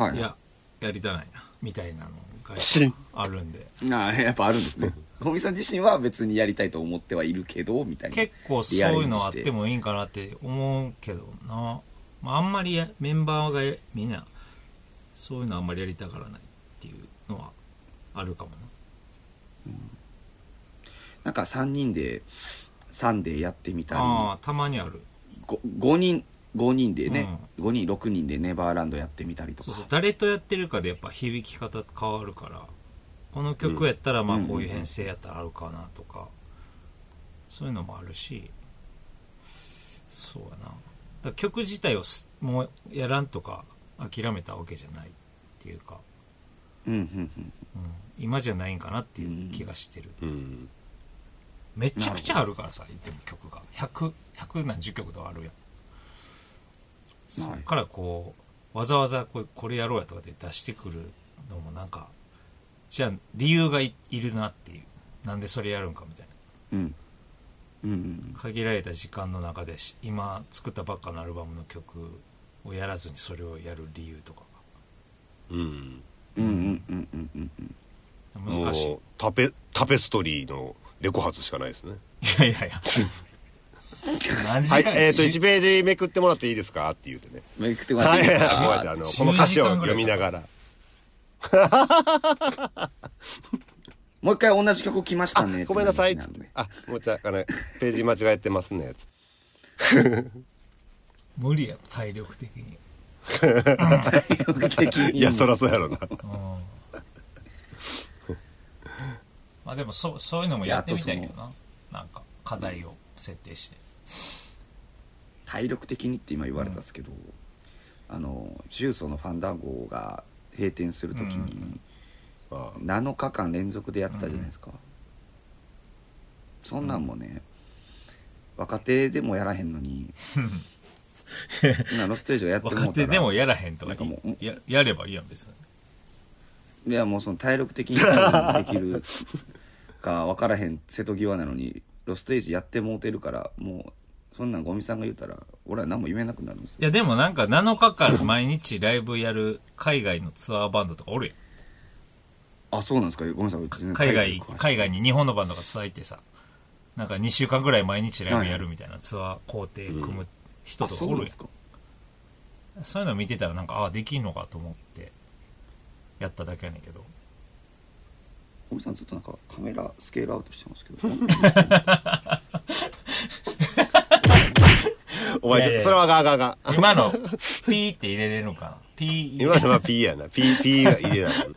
C: はい
B: いややりたないなみたいなのが
A: し
B: あるんで
C: なあやっぱあるんですね小見さん自身は別にやりたいと思ってはいるけどみたいな
B: 結構そういうのあってもいいんかなって思うけどな、まあ、あんまりやメンバーがみんなそういうのあんまりやりたがらないっていうのはあるかもな
C: なんか3人で3でやってみたり
B: ああたまにある
C: 5, 人5人でね、5人6人でネバーランドやってみたりとか
B: そうそう誰とやってるかでやっぱ響き方変わるからこの曲やったらまあこういう編成やったらあるかなとか、そういうのもあるしそうやなだから曲自体をすもうやらんとか諦めたわけじゃないっていうか
C: うんうんうん
B: 今じゃないんかなっていう気がしてる、
A: うん
B: めっちゃくちゃあるからさ言っても曲が100 100何十曲とかあるやんそっからこうわざわざこれこれやろうやとかで出してくるのもなんかじゃあ理由がいいるなっていうなんでそれやるんかみたいな
C: うんうんうん
B: 限られた時間の中でし今作ったばっかのアルバムの曲をやらずにそれをやる理由とか
A: うん
C: うんうんうんうんうんうん
B: が難しい
A: もうタペタペストリーのレコ発しかないですね
B: いやいや いや何
A: は
B: 時
A: い
B: 間、
A: えっ、と
B: じ
A: 1ページめくってもらっていいですかって言うてね
C: めくってもらっ
A: は
C: て
A: い
C: いい
A: こう
C: で
A: やっ
C: すか
A: てあのこの歌詞を読みながら
C: もう一回同じ曲来ました
A: あ
C: ね
A: ごめんなさいっ
C: って
A: つっ
C: な
A: て
C: るね
A: あもうじゃああのページ間違えてますねつって
B: 無理やろ体力的に
C: 僕的に
A: いやそらそうやろな
B: まあでもそそういうのもやってみたいけどななんか課題を設定して、
C: 体力的にって今言われたんですけど、あの重曹のファンダンゴが閉店するときに
A: ああ
C: 7日間連続でやったじゃないですか、そんなんもね、若手でもやらへんのに今のステージをやってもうたら
B: 若手でもやらへんとか
C: なんかもう
B: ややればいいやん別に
C: いやもうその体力的に何できる か分からへん瀬戸際なのにロステージやってもうてるからもうそんなんゴミさんが言うたら俺は何も言えなくなるんですよ
B: いやでもなんか7日間毎日ライブやる海外のツアーバンドとかおるやん
C: あそうなんですかごめんなさい全然
B: 海
C: 体
B: 外
C: 力詳しい
B: 海外に日本のバンドが伝えてさなんか2週間ぐらい毎日ライブやるみたいなツアー工程組む人
C: あ
B: とか
C: そ
B: お
C: うなん
B: るやん、
C: ですか
B: そういうの見てたらなんかああできんのかと思ってやっただけやねんけど
C: ゴミさんずっとなんかカメラスケールアウトしてますけど
A: お
B: いやいやい
A: 前
B: や
A: それはガーガーガー
B: 今のピーって入れれるのかなピー
A: 今のは P やな PP は入れない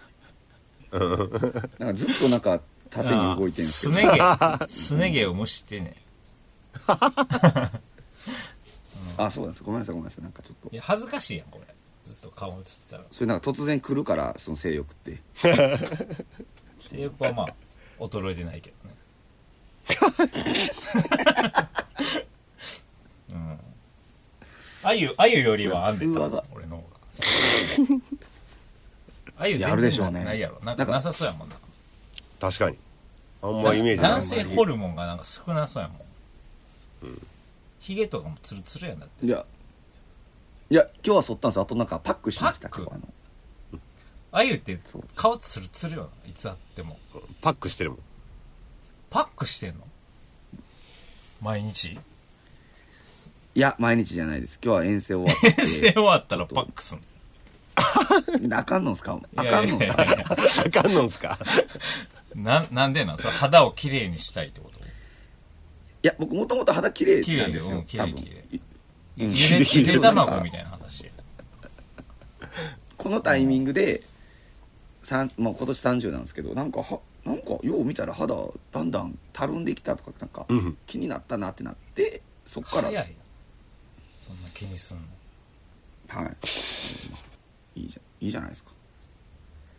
C: なんかずっとなんか縦に動いてるんです
B: す
C: け
B: ね毛すね毛を蒸してね
C: どあそうなんですごめんなさいごめんなさいなんかちょっ
B: い
C: と
B: や恥ずかしいやんこれずっと顔映ってたら
C: それなんか突然来るからその性欲って
B: 性欲はまあ衰えてないけどねうんあゆあゆよりは編んでた
C: 通話が
B: 俺の方があゆ
C: や
B: 全
C: るでしょう
B: 然
C: ね
B: ないやろなんかなさそうやもんな
A: 確かにあんまイメージない
B: 男性ホルモンがなんか少なそうやもんヒゲとかもツルツルやんだって
C: いやいや今日は剃ったんですよあとなんかパックしました
B: パ
C: け
B: ック
C: どあの
B: あゆって
C: そう
B: 顔ツルツルよないつあっても
A: パックしてるもん
B: パックしてんの毎日
C: いや毎日じゃないです今日は遠征終わ
B: 遠征
C: っ
B: 終わったらパックすんの
C: てあかんのんすかあ
B: いや
C: か
B: い
C: ん
B: や
C: のん
B: いや
C: す
B: い
C: か
B: や
A: あかんのんすか
B: ななんでなんそれ肌をきれいにしたいってこと
C: いや僕もともと肌綺麗
B: 綺麗
C: なんです
B: う
C: よ
B: ん綺麗
C: 多分
B: 綺麗
C: い
B: ゆ
C: うん
B: でゆで卵みたいな話
C: このタイミングでさんもう今年30なんですけどなんかはなんかよう見たら肌だんだんたるんできたとかなんか
A: うん
C: 気になったなってなってそっから
B: 早いやんそんな気にすんの
C: はいいいじゃいいじゃないですか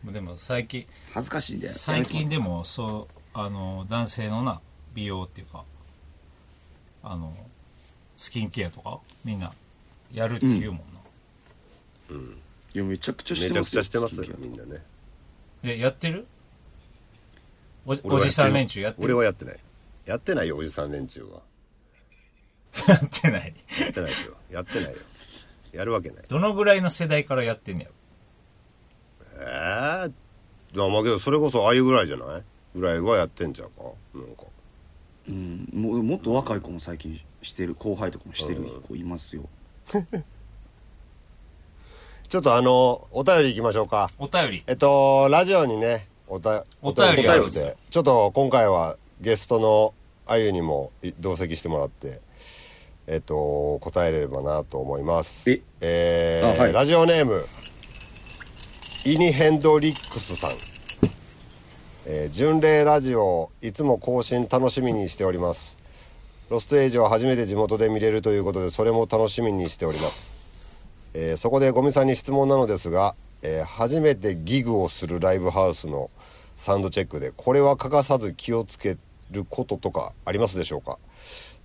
B: もうでも最近
C: 恥ずかしいんで
B: 最近
C: で
B: でもそうあの男性のな美容っていうかあのスキンケアとかみんなやるって言うもんな、
C: いやめちゃくちゃし
A: め
C: て
A: ちゃ
C: ま
A: く
C: す
A: ちゃしてますよ
C: よ
A: みんなね
B: えやってるお
A: 俺
B: お
A: は
B: じさん連中やって
A: 俺
B: る
A: はやってないやってないよおじさん連中は
B: やってない
A: やってないですよやってないよやるわけない
B: どのぐらいの世代からやってんねやろ
A: ええー、いやまあけどそれこそああいうぐらいじゃないぐらいはやってんちゃうかなんか
C: うんもうもっと若い子も最近してる後輩とかもしてる
A: うん
C: 子いますよ
A: ちょっとあのお便りいきましょうか
B: お便り
A: えっとラジオにねおた
B: お便り
A: お
B: ある
A: 便り
B: んです
A: でちょっと今回はゲストのあゆにもい同席してもらってえっと答えれればなと思います
C: え
A: えー
C: あはい
A: ラジオネームイニヘンドリックスさんえー巡礼ラジオいつも更新楽しみにしておりますロストエイジは初めて地元で見れるということでそれも楽しみにしております、えーそこでゴミさんに質問なのですが、えー初めてギグをするライブハウスのサウンドチェックでこれは欠かさず気をつけることとかありますでしょうか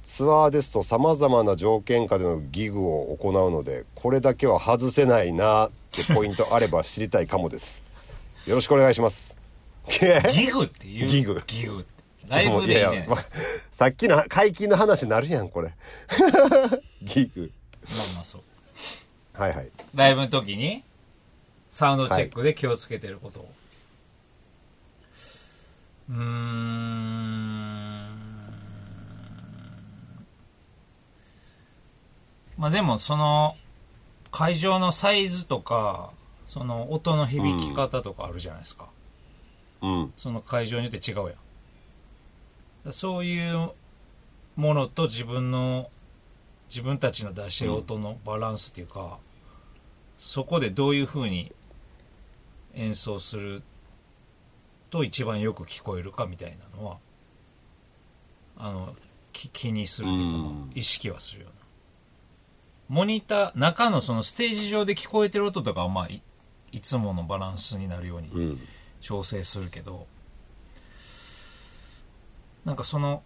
A: ツアーですとさまざまな条件下でのギグを行うのでこれだけは外せないなってポイントあれば知りたいかもですよろしくお願いします
B: ギグっていう
A: ギグ
B: ギグってライブでいいじゃない
A: や
B: で
A: や
B: す
A: ま
B: か
A: さっきの解禁の話になるやんこれ ギグ
B: まあまあそう
A: はいはい
B: ライブの時にサウンドチェックで気をつけてることを、うーんまあでもその会場のサイズとかその音の響き方とかあるじゃないですか、
A: うん
B: その会場によって違うやんだからそういうものと自分の自分たちの出してる音のバランスっていうか、そこでどういう風に演奏すると一番よく聞こえるかみたいなのはあのき気にするっていうか、
A: うん
B: 意識はするようなモニター中のそのステージ上で聞こえてる音とかはまあいいつものバランスになるように
A: うん
B: 調整するけどなんかその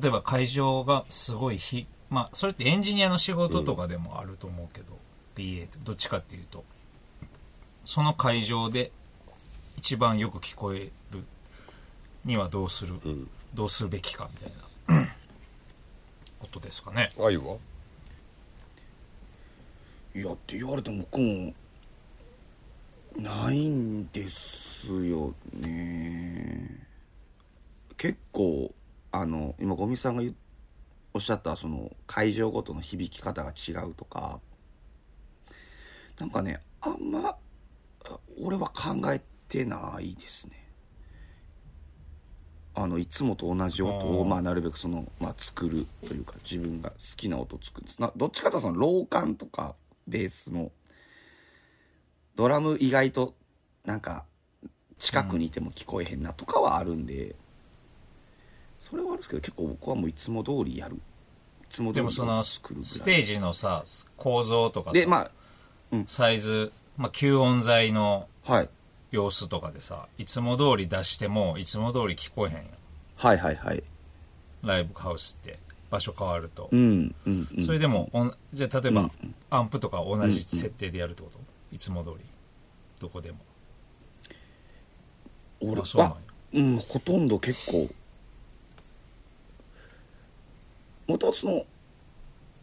B: 例えば会場がすごいひまあそれってエンジニアの仕事とかでもあると思うけど、PA ってどっちかっていうとその会場で一番よく聞こえるにはどうする、
A: ん
B: どうするべきかみたいなことですかね。
A: あゆはい
C: やって言われても僕もないんですよね結構あの今ゴミさんが言うおっしゃったその会場ごとの響き方が違うとかなんかねあんまあ俺は考えてないですねあのいつもと同じ音を
B: あー
C: まあ、なるべくその、まあ、作るというか自分が好きな音を作るなどっちかというとその老感とかベースのドラム意外となんか近くにいても聞こえへんなとかはあるんで、それはあるんですけど結構僕はもういつも通りやるいつも通り
B: でもそのス
C: 作るぐらい
B: ステージのさ構造とかさ
C: でま
B: サイズ、まあ、吸音材の
C: あはい
B: 様子とかでさいつも通り出してもいつも通り聞こえへんやん
C: はいはいはい
B: ライブハウスって場所変わると、
C: うんうんうん
B: それでもおんじゃあ例えば、アンプとか同じ設定でやるってこと、いつも通りどこでも
C: 俺
B: あそうなんや
C: うんほとんど結構もともとその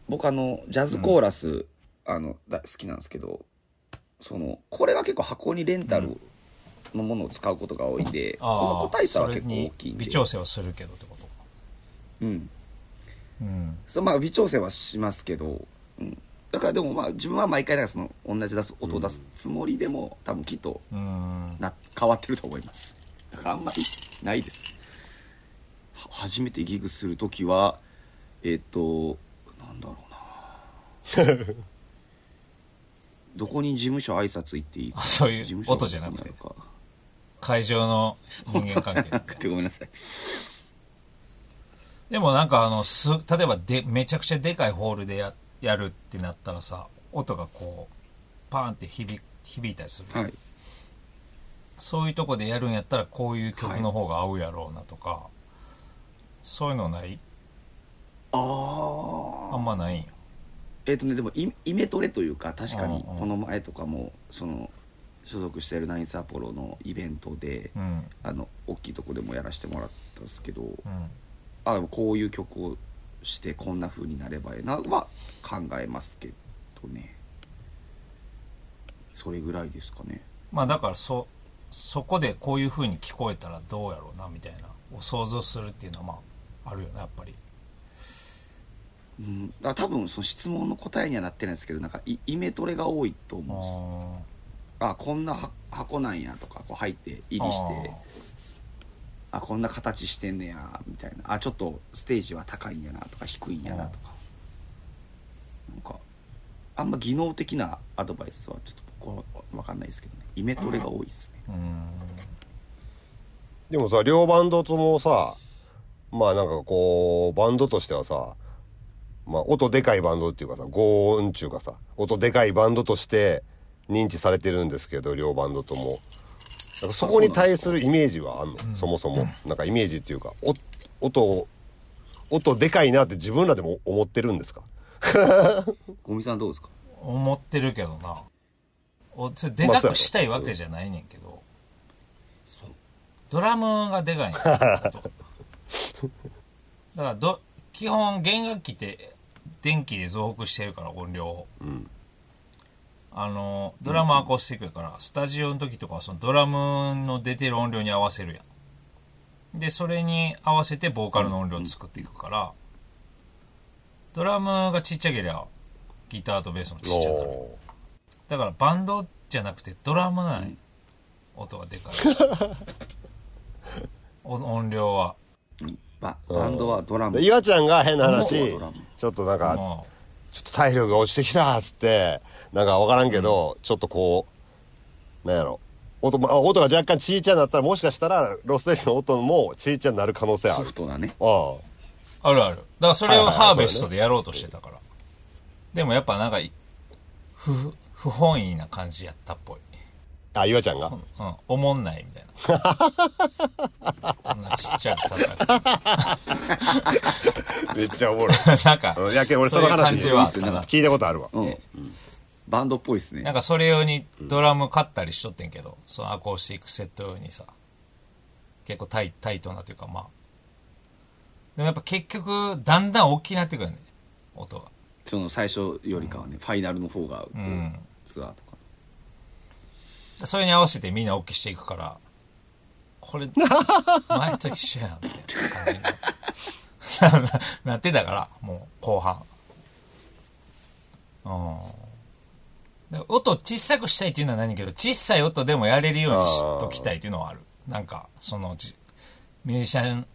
C: 僕あのジャズコーラス、あのだ好きなんですけどそのこれが結構箱にレンタルのものを使うことが多いんで、この個体差は
B: それ
C: 結構大
B: に
C: きいんで
B: 微調整はするけどってことか
C: うん
B: うん
C: そうまあ微調整はしますけど、うん、だからでもまあ自分は毎回だからその同じ出す音を出すつもりでも、多分きっと
B: うーん
C: な変わってると思いますだからあんまりないですは初めてギグする時はえっ、となんだろうな どこに事務所挨拶行っていい
B: あそうい
C: 事
B: う
C: 務所
B: 音じゃなくて
C: のか
B: 会場の人間関係
C: なくてごめんなさい
B: でもなんかあのす例えばでめちゃくちゃでかいホールでややるってなったらさ音がこうパーンって響響いたりする、
C: はい
B: そういうとこでやるんやったらこういう曲の方が合うやろうなとか、そういうのない
C: ああ
B: あんまないんや
C: えっ、とねでもイイメトレというか確かに
B: うんうん
C: この前とかもその所属してるナインスアポロのイベントで、
B: うん
C: あの大きいとこでもやらせてもらったんですけど、
B: うん
C: あでもこういう曲をしてこんな風になればええなは考えますけどねそれぐらいですかね
B: まあだからそそこでこういう風に聞こえたらどうやろうなみたいなを想像するっていうのはまああるよねやっぱり
C: うんだから多分その質問の答えにはなってないですけどなんかイイメトレが多いと
B: う
C: 思うんです
B: ん
C: あこんなは箱なんやとかこう入って入りしてあこんな形してんねやみたいなあちょっとステージは高いんやなとか低いんやなとかなんかあんま技能的なアドバイスはちょっと僕は分かんないですけどねイメトレが多いですね
A: でもさ両バンドともさまあなんかこうバンドとしてはさまあ音でかいバンドっていうかさ合音っていうかさ音でかいバンドとして認知されてるんですけど両バンドともだからそこに対するイメージはあんのそもそもなんかイメージっていうかお音を音でかいなって自分らでも思ってるんですか
C: ゴミさんどうですか
B: 思ってるけどなおそれでかくしたいわけじゃないねんけど、ドラムがでかいねん音がだからど基本弦楽器って電気で増幅してるから音量を、あのドラムアコースティックやから、スタジオの時とかはそのドラムの出てる音量に合わせるやんでそれに合わせてボーカルの音量を作っていくから、ドラムがちっちゃけりゃギターとベースもちっちゃくなる
A: お
B: だからバンドじゃなくてドラムなんや音がでかい お音量は
C: ババンドはドラム
A: ーで岩ちゃんが変な話
C: もう
A: ちょっとなんか
B: も
A: ちょっと体力が落ちてきたっつってなんか分からんけど、ちょっとこうなんやろ音まあ音が若干ちいちゃになったらもしかしたらロステージの音もちいちゃになる可能性あ
C: ソ
A: る
C: フトなね
A: あ
B: うあるあるだからそれ
A: はい
B: を
A: はいはい
B: ハーベストでやろうとしてたから、でもやっぱなんかい不不本意な感じやったっぽい、
A: ああ岩ちゃんが
B: うん、おもんないみたい なこんなちっちゃく叩く
A: めっちゃおもろい
B: なんか
A: うんいやけど俺そ
B: そ
A: の
B: ういう感
A: 話
B: じはあっ
C: そういう
B: た
C: 感じ
B: な
C: は
A: 聞いたことあるわ、
C: うんバンドっぽいですね
B: なんかそれ用にドラム買ったりしとってんけど、そのアコースティックセット用にさ、結構タイタイトなというかまあ。でもやっぱ結局、だんだん大きくなってくるね、音が。
C: その最初よりかはね、ファイナルの方が、こう
B: うん
C: ツアーとか
B: それに合わせてみんな大きくしていくから、これ、前と一緒やん、みたいな感じになってなってたから、もう後半。うん。だから音を小さくしたいっていうのはないねんけど、小さい音でもやれるようにしときたいっていうのはある。なんか、そのじ、ミュージシャン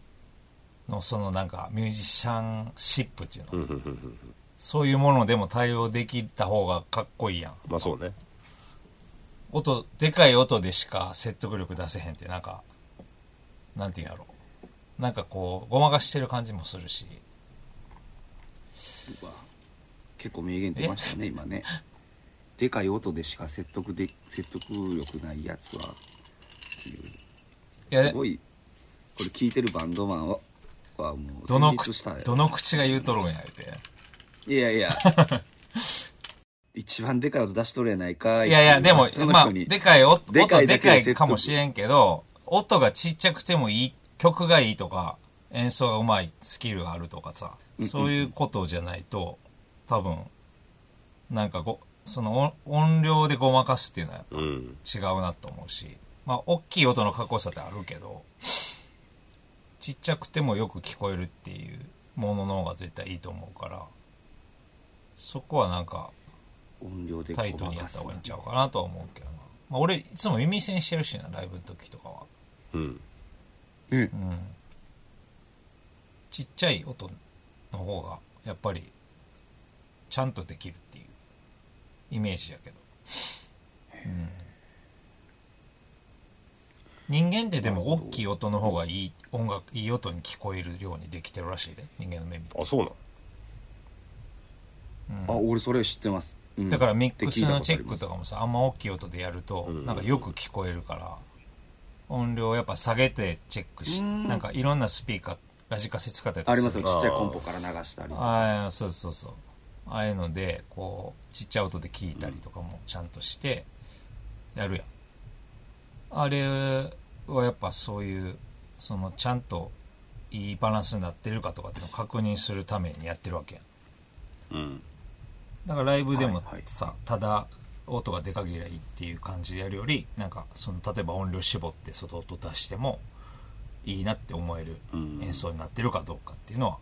B: のそのなんか、ミュージシャンシップっていうの。そういうものでも対応できた方がかっこいいやん。
A: まあそうね
B: 音でかい音でしか説得力出せへんってなんかなんていうんやろなんかこうごまかしてる感じもするし
C: とか結構名言出ましたね今ねでかい音でしか説得で説得力ないやつはっていう
B: いや
C: すごいこれ聞いてるバンドマンははもう
B: どの
C: 戦慄
B: 口
C: したよ
B: どの口が言うとるんやって
C: いやい や一番でかい音出しとるやないか
B: いやいやでも
C: その
B: まあ
C: 人に
B: でかい音
C: でか
B: 音
C: い
B: で
C: だけ
B: か
C: で説得
B: いかもしれんけど音がちっちゃくてもいい曲がいいとか演奏がうまいスキルがあるとかさそういうことじゃないと多分なんかごその音音量でごまかすっていうのはやっぱ
A: うん
B: 違うなと思うしまあ大きい音のかっこよさってあるけどちっちゃくてもよく聞こえるっていうものの方が絶対いいと思うからそこはなんか
C: 音量で
B: タイトにやった方がいいんちゃうかなとは思うけどな、まあ、俺いつも耳栓してるしなライブの時とかは
A: うん
C: うん
B: ちっちゃい音の方がやっぱりちゃんとできるっていうイメージやけど、うん、人間ってでも大きい音の方がいい音楽いい音に聞こえるようにできてるらしいで人間の耳って
A: あそうなん
C: あ俺それ知ってます、うん
B: だからミックスのチェックと
C: か
B: かもさあんま大きい音でやるとなんかよく聞こえるから音量をやっぱ下げてチェックしなんかいろんなスピーカーラジカセ使ったりと
C: あ
B: か
C: り
B: する
C: ます
B: けど
C: よちっちゃいコンポから流したり
B: ああそうそうそうああいうのでこうちっちゃい音で聞いたりとかもちゃんとしてやるやんあれはやっぱそういうそのちゃんといいバランスになってるかとかっていうのを確認するためにやってるわけやん
A: うん
B: だからライブでも
C: はいはい
B: さ、ただ音がでかけりゃいいっていう感じでやるよりなんかその例えば音量絞って外音出してもいいなって思える
A: うん
B: 演奏になってるかどうかっていうのは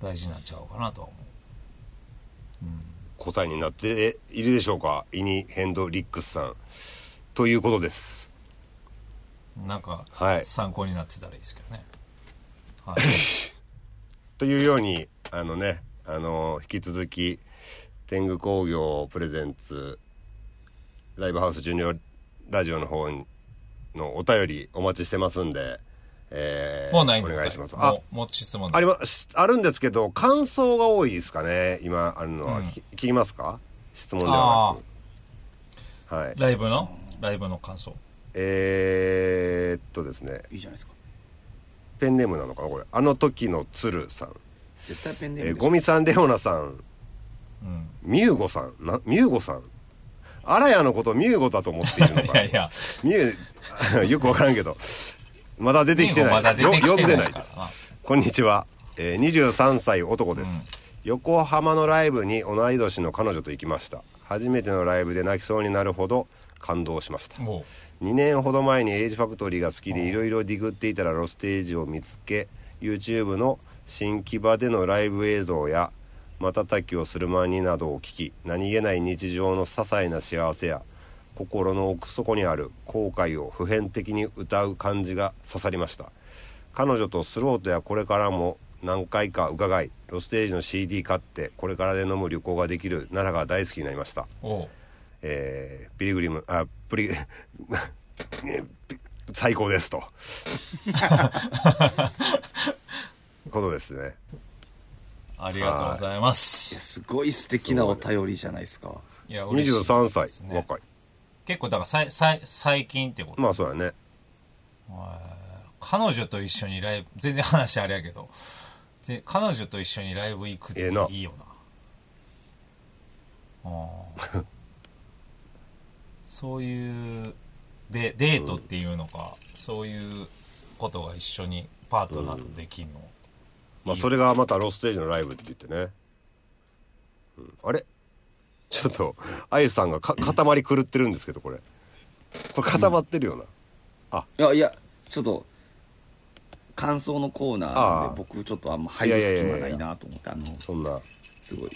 B: 大事なんちゃうかなとは思う
A: 答えになっているでしょうかイニ・ヘンドリックスさんということです
B: なんか、
A: はい
B: 参考になってたらいいですけどね。はい、
A: というようにあのねあの引き続き天狗工業プレゼンツライブハウス巡業ラジオの方のお便りお待ちしてますんで、えー
B: もうないん
A: お
B: で
A: 願いします
B: もう
A: あ
B: もう質問
A: あ
B: ない
A: りますあるんですけど感想が多いですかね今あるのは、き切りますか質問ではなくはい
B: ライブのライブの感想。
A: えー、っとですね
C: いいじゃないですか
A: ペンネームなのかなこれあの時の鶴さん、
C: 絶対ペンネーム
A: えー
C: でしょ
A: ゴミさんレオナさん
B: うん。
A: ミューゴさんなミューゴさんアラヤのことミューゴだと思っているの
B: い
A: か
B: やいや、
A: ミュー よくわからんけどまだ出てきてない
B: まだ出てき
A: よ
B: て
A: 呼んで
B: な
A: ないい
B: か
A: で
B: ら
A: す
B: な。
A: こんにちは、えー、23歳男です、横浜のライブに同い年の彼女と行きました初めてのライブで泣きそうになるほど感動しました
B: も
A: 2年ほど前にエイジファクトリーが好きでいろいろディグっていたらロステージを見つけ YouTube の新木場でのライブ映像や瞬きをする間になどを聞き何気ない日常の些細な幸せや心の奥底にある後悔を普遍的に歌う感じが刺さりました彼女とスロートやこれからも何回か伺いロステージの CD 買ってこれからで飲む旅行ができる奈良が大好きになりました
B: う、おう。
A: えーピリグリムあプリ えピ最高です とことですね
B: ありがとうございま
C: いや
B: す。
C: すごい素敵なお便りじゃないですか
B: いや、嬉しい
A: 23歳、
B: ですね
A: 若い
B: 結構、だからさいさい最近ってこと。
A: まあそうだね
B: 彼女と一緒にライブ、全然話あれやけど、ぜ彼女と一緒にライブ行くって
A: ええない
B: いよな。 うんそういうでデートっていうのか、そういうことが一緒にパートナーとできんの、
A: まあそれがまたロステージのライブって言ってね、うんあれちょっとあゆさんがか塊狂ってるんですけどこれこれ固まってるよな、
C: いやいやちょっと感想のコーナーなん
A: ああ
C: で僕ちょっとあんま入る隙間ないなと思ってあの
A: そんな
C: すごい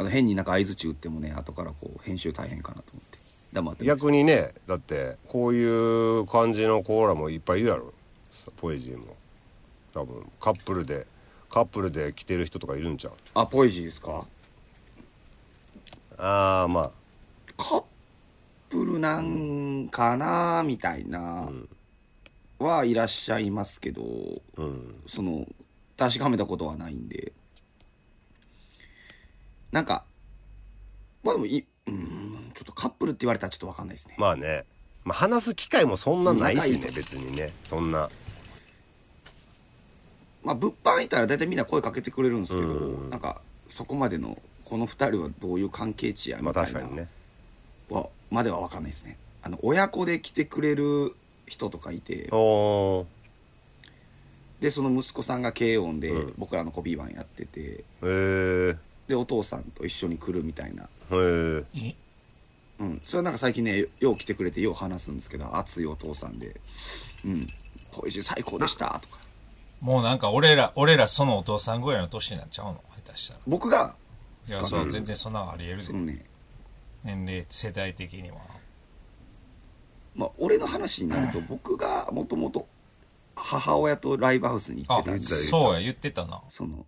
C: あの変になんか相づち打ってもね後からこう編集大変かなと思って黙って
A: 逆にねだってこういう感じのコーラもいっぱいいるやろポエジーも多分カップルでカップルで来てる人とかいるんちゃう
C: あポエジーですか
A: ああま
C: カップルなんかなみたいな、はいらっしゃいますけど
A: あうん
C: その確かめたことはないんでなんかまあでもいうんちょっとカップルって言われたらちょっとわかんないですね
A: まあねまあ、話す機会もそんなないし
C: な
A: ね
C: い
A: 別にねそんな
C: まあ物販いたら大体みんな声かけてくれるんですけど、
A: うん
C: なんかそこまでのこの2人はどういう関係値や
A: ま
C: み
A: あ
C: たい
A: 確
C: な
A: かにね
C: はまでは分かんないですねあの親子で来てくれる人とかいて
A: おー
C: でその息子さんが軽音で
A: うん
C: 僕らのコピー版やってて
A: へ
C: でお父さんと一緒に来るみたいな、
A: えへえ
B: え
C: うん、それはなんか最近ねよう来てくれてよう話すんですけど熱いお父さんで「うんこいつ最高でした」とか
B: もうなんか俺ら、俺らそのお父さんぐらいの年になっちゃうの下手したら。
C: 僕が
B: いや、そう、全然そんなのあり得
C: そ
B: る
C: の
B: で。
C: ね
B: 年齢、世代的には。
C: まあ、俺の話になると僕がもともと母親とライブハウスに行っ
B: あ
C: てたん、で
B: そうや、言ってたな。
C: その、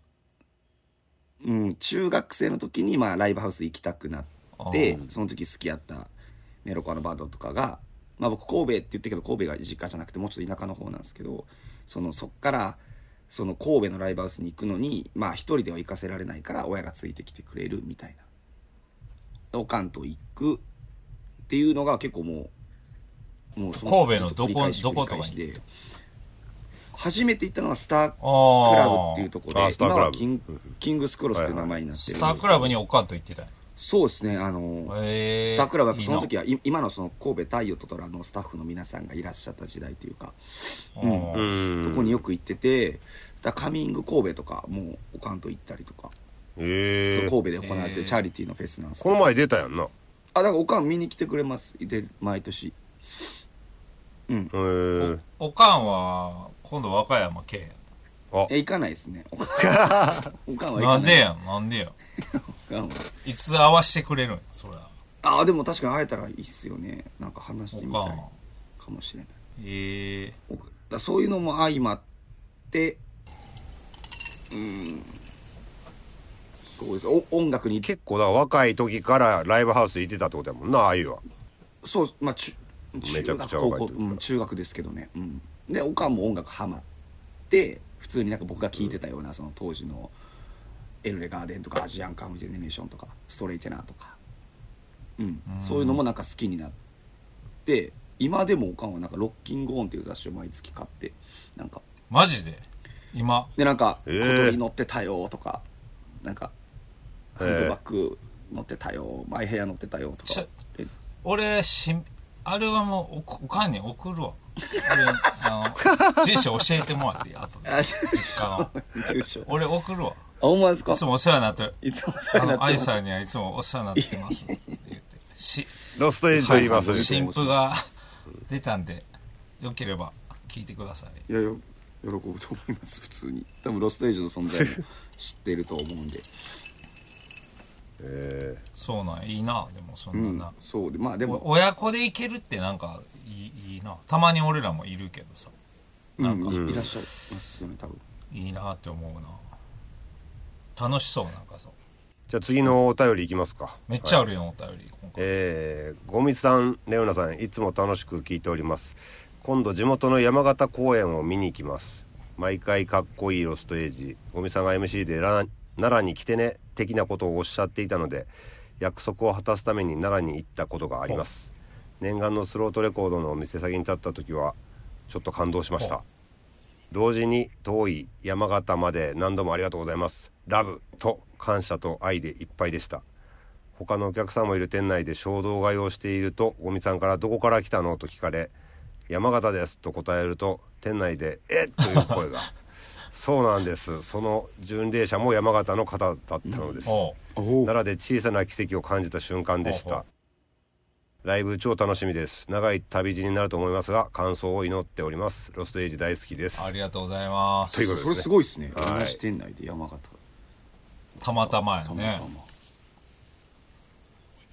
C: うん、中学生の時にまあライブハウス行きたくなって
B: う
C: その時好きやったメロコアのバンドとかが、まあ、僕神戸って言ったけど神戸が実家じゃなくてもうちょっと田舎の方なんですけどそのそっからその神戸のライブハウスに行くのにまあ一人では行かせられないから親がついてきてくれるみたいな。おかんと行くっていうのが結構もうもうそ
B: 神戸のどこ
C: 繰り返し
B: どことかに
C: 繰り返して初めて行ったのはスター
B: あー
C: クラブっていうところ
A: あー
C: で
A: スター
C: 今
A: クラブ
C: はキンキングスクロスっていう名前になって
B: ス
C: るん
B: タ
C: で
B: ークラブにおかんと言ってたんや
C: そうですねあの
B: ええ
C: スタークラブはい
B: い
C: そ
B: な
C: の時はい今のその神戸太陽と虎のスタッフの皆さんがいらっしゃった時代というか
B: うん
A: う
C: そ
A: ん
C: こによく行っててだカミング神戸とかもうおかんと行ったりとか
A: へ
C: 神
A: え
C: 戸で行われて
B: え
C: る
B: ー
C: チャリティーのフェスなんですけ
A: こ
C: ど
A: の前出たやんなへ
C: あだからおかん見に来てくれますで毎年うん
A: え
B: おかんは、今度和歌山県
A: あ
C: え行かないですねおかんおかん
B: や。な
C: は行か
B: ん
C: な
B: で
C: い
B: やん、なんでやん。
C: おかんはい
B: つ会わしてくれるんや、そりゃ。
C: ああでも確かに会えたらいいっすよねなんか話して
B: お
C: みたい
B: かん。
C: かもしれない
B: ええ
C: だからそういうのも相まってうんそうですお音楽に
A: 結構だから若い時からライブハウス行ってたってことやもんなああいうは
C: そうまあ中
A: めちゃくちゃ
C: 中学
A: 若いとい
C: 高校
A: うか
C: うん、中学ですけどね、うん、でおかんも音楽ハマって普通になんか僕が聴いてたようなその当時の「エルレガーデン」とか「アジアンカムジェネレーション」とか「ストレイテナー」とか、うん、そういうのもなんか好きになって今でもおかんはなんか「ロッキングオン」っていう雑誌を毎月買ってなんか
B: マジで今。
C: でなんか「
A: え
C: 小
A: ー
C: 鳥乗ってたよ」とか、なんか「
A: え
C: ハ
A: ー
C: ンドバッグ乗ってたよ」マイヘア乗ってたよ」と
B: ちょ
C: かえ
B: 俺しアルバムをおおかんに送るわ俺あ の住所教えてもらっていい後で
C: あじゃ
B: 実家 の
C: あ住所あ
B: 俺送るわ
C: ほんまですか
B: いつもお世話になってる
C: いつもそ
B: あ
C: れなって
B: の
C: ま
B: 愛
C: す
B: さんにはいつもお世話になってますって言ってし
A: ロストエイジと言います、
C: はいは い
B: 新譜が出たんでよければ聞いてください
C: いやよ喜ぶと思います普通に多分ロストエイジの存在も知ってると思うんで
A: え
B: そうなんいいなでもそん
C: う
B: なんな、
C: そうでまあで
B: お
C: も
B: 親子でいけるってなんかいいいいなたまに俺らもいるけどさ
C: うんいいらっしゃいますよね多分
B: いいなって思うな楽しそうなんかそう
A: ーじゃあ次のお便りいきますか
B: めっちゃあるよ、お便り今回
A: えー、ゴミさんレオナさんいつも楽しく聞いております今度地元の山形公園を見に行きます毎回かっこいいロストエイジゴミさんが MC でら奈良に来てね的なことをおっしゃっていたので約束を果たすために奈良に行ったことがあります念願のスロートレコードのお店先に立った時はちょっと感動しまし
B: ほ
A: た同時に遠い山形まで何度もありがとうございますラブと感謝と愛でいっぱいでした他のお客さんもいる店内で衝動買いをしていると五味さんから「どこから来たの?」と聞かれ「山形です」と答えると店内で「えっ!」という声 が「そうなんですその巡礼者も山形の方だったのです」
B: おう
A: 奈良で小さな奇跡を感じた瞬間でし
B: ほうほ
A: たライブ超楽しみです長い旅路になると思いますが感想を祈っておりますロストエイジ大好きです
B: ありがとうございま
A: というこ
B: す
A: と
C: それすごいですね
A: はい
C: 同じ店内で山形
B: たまたまや
C: たま
B: ね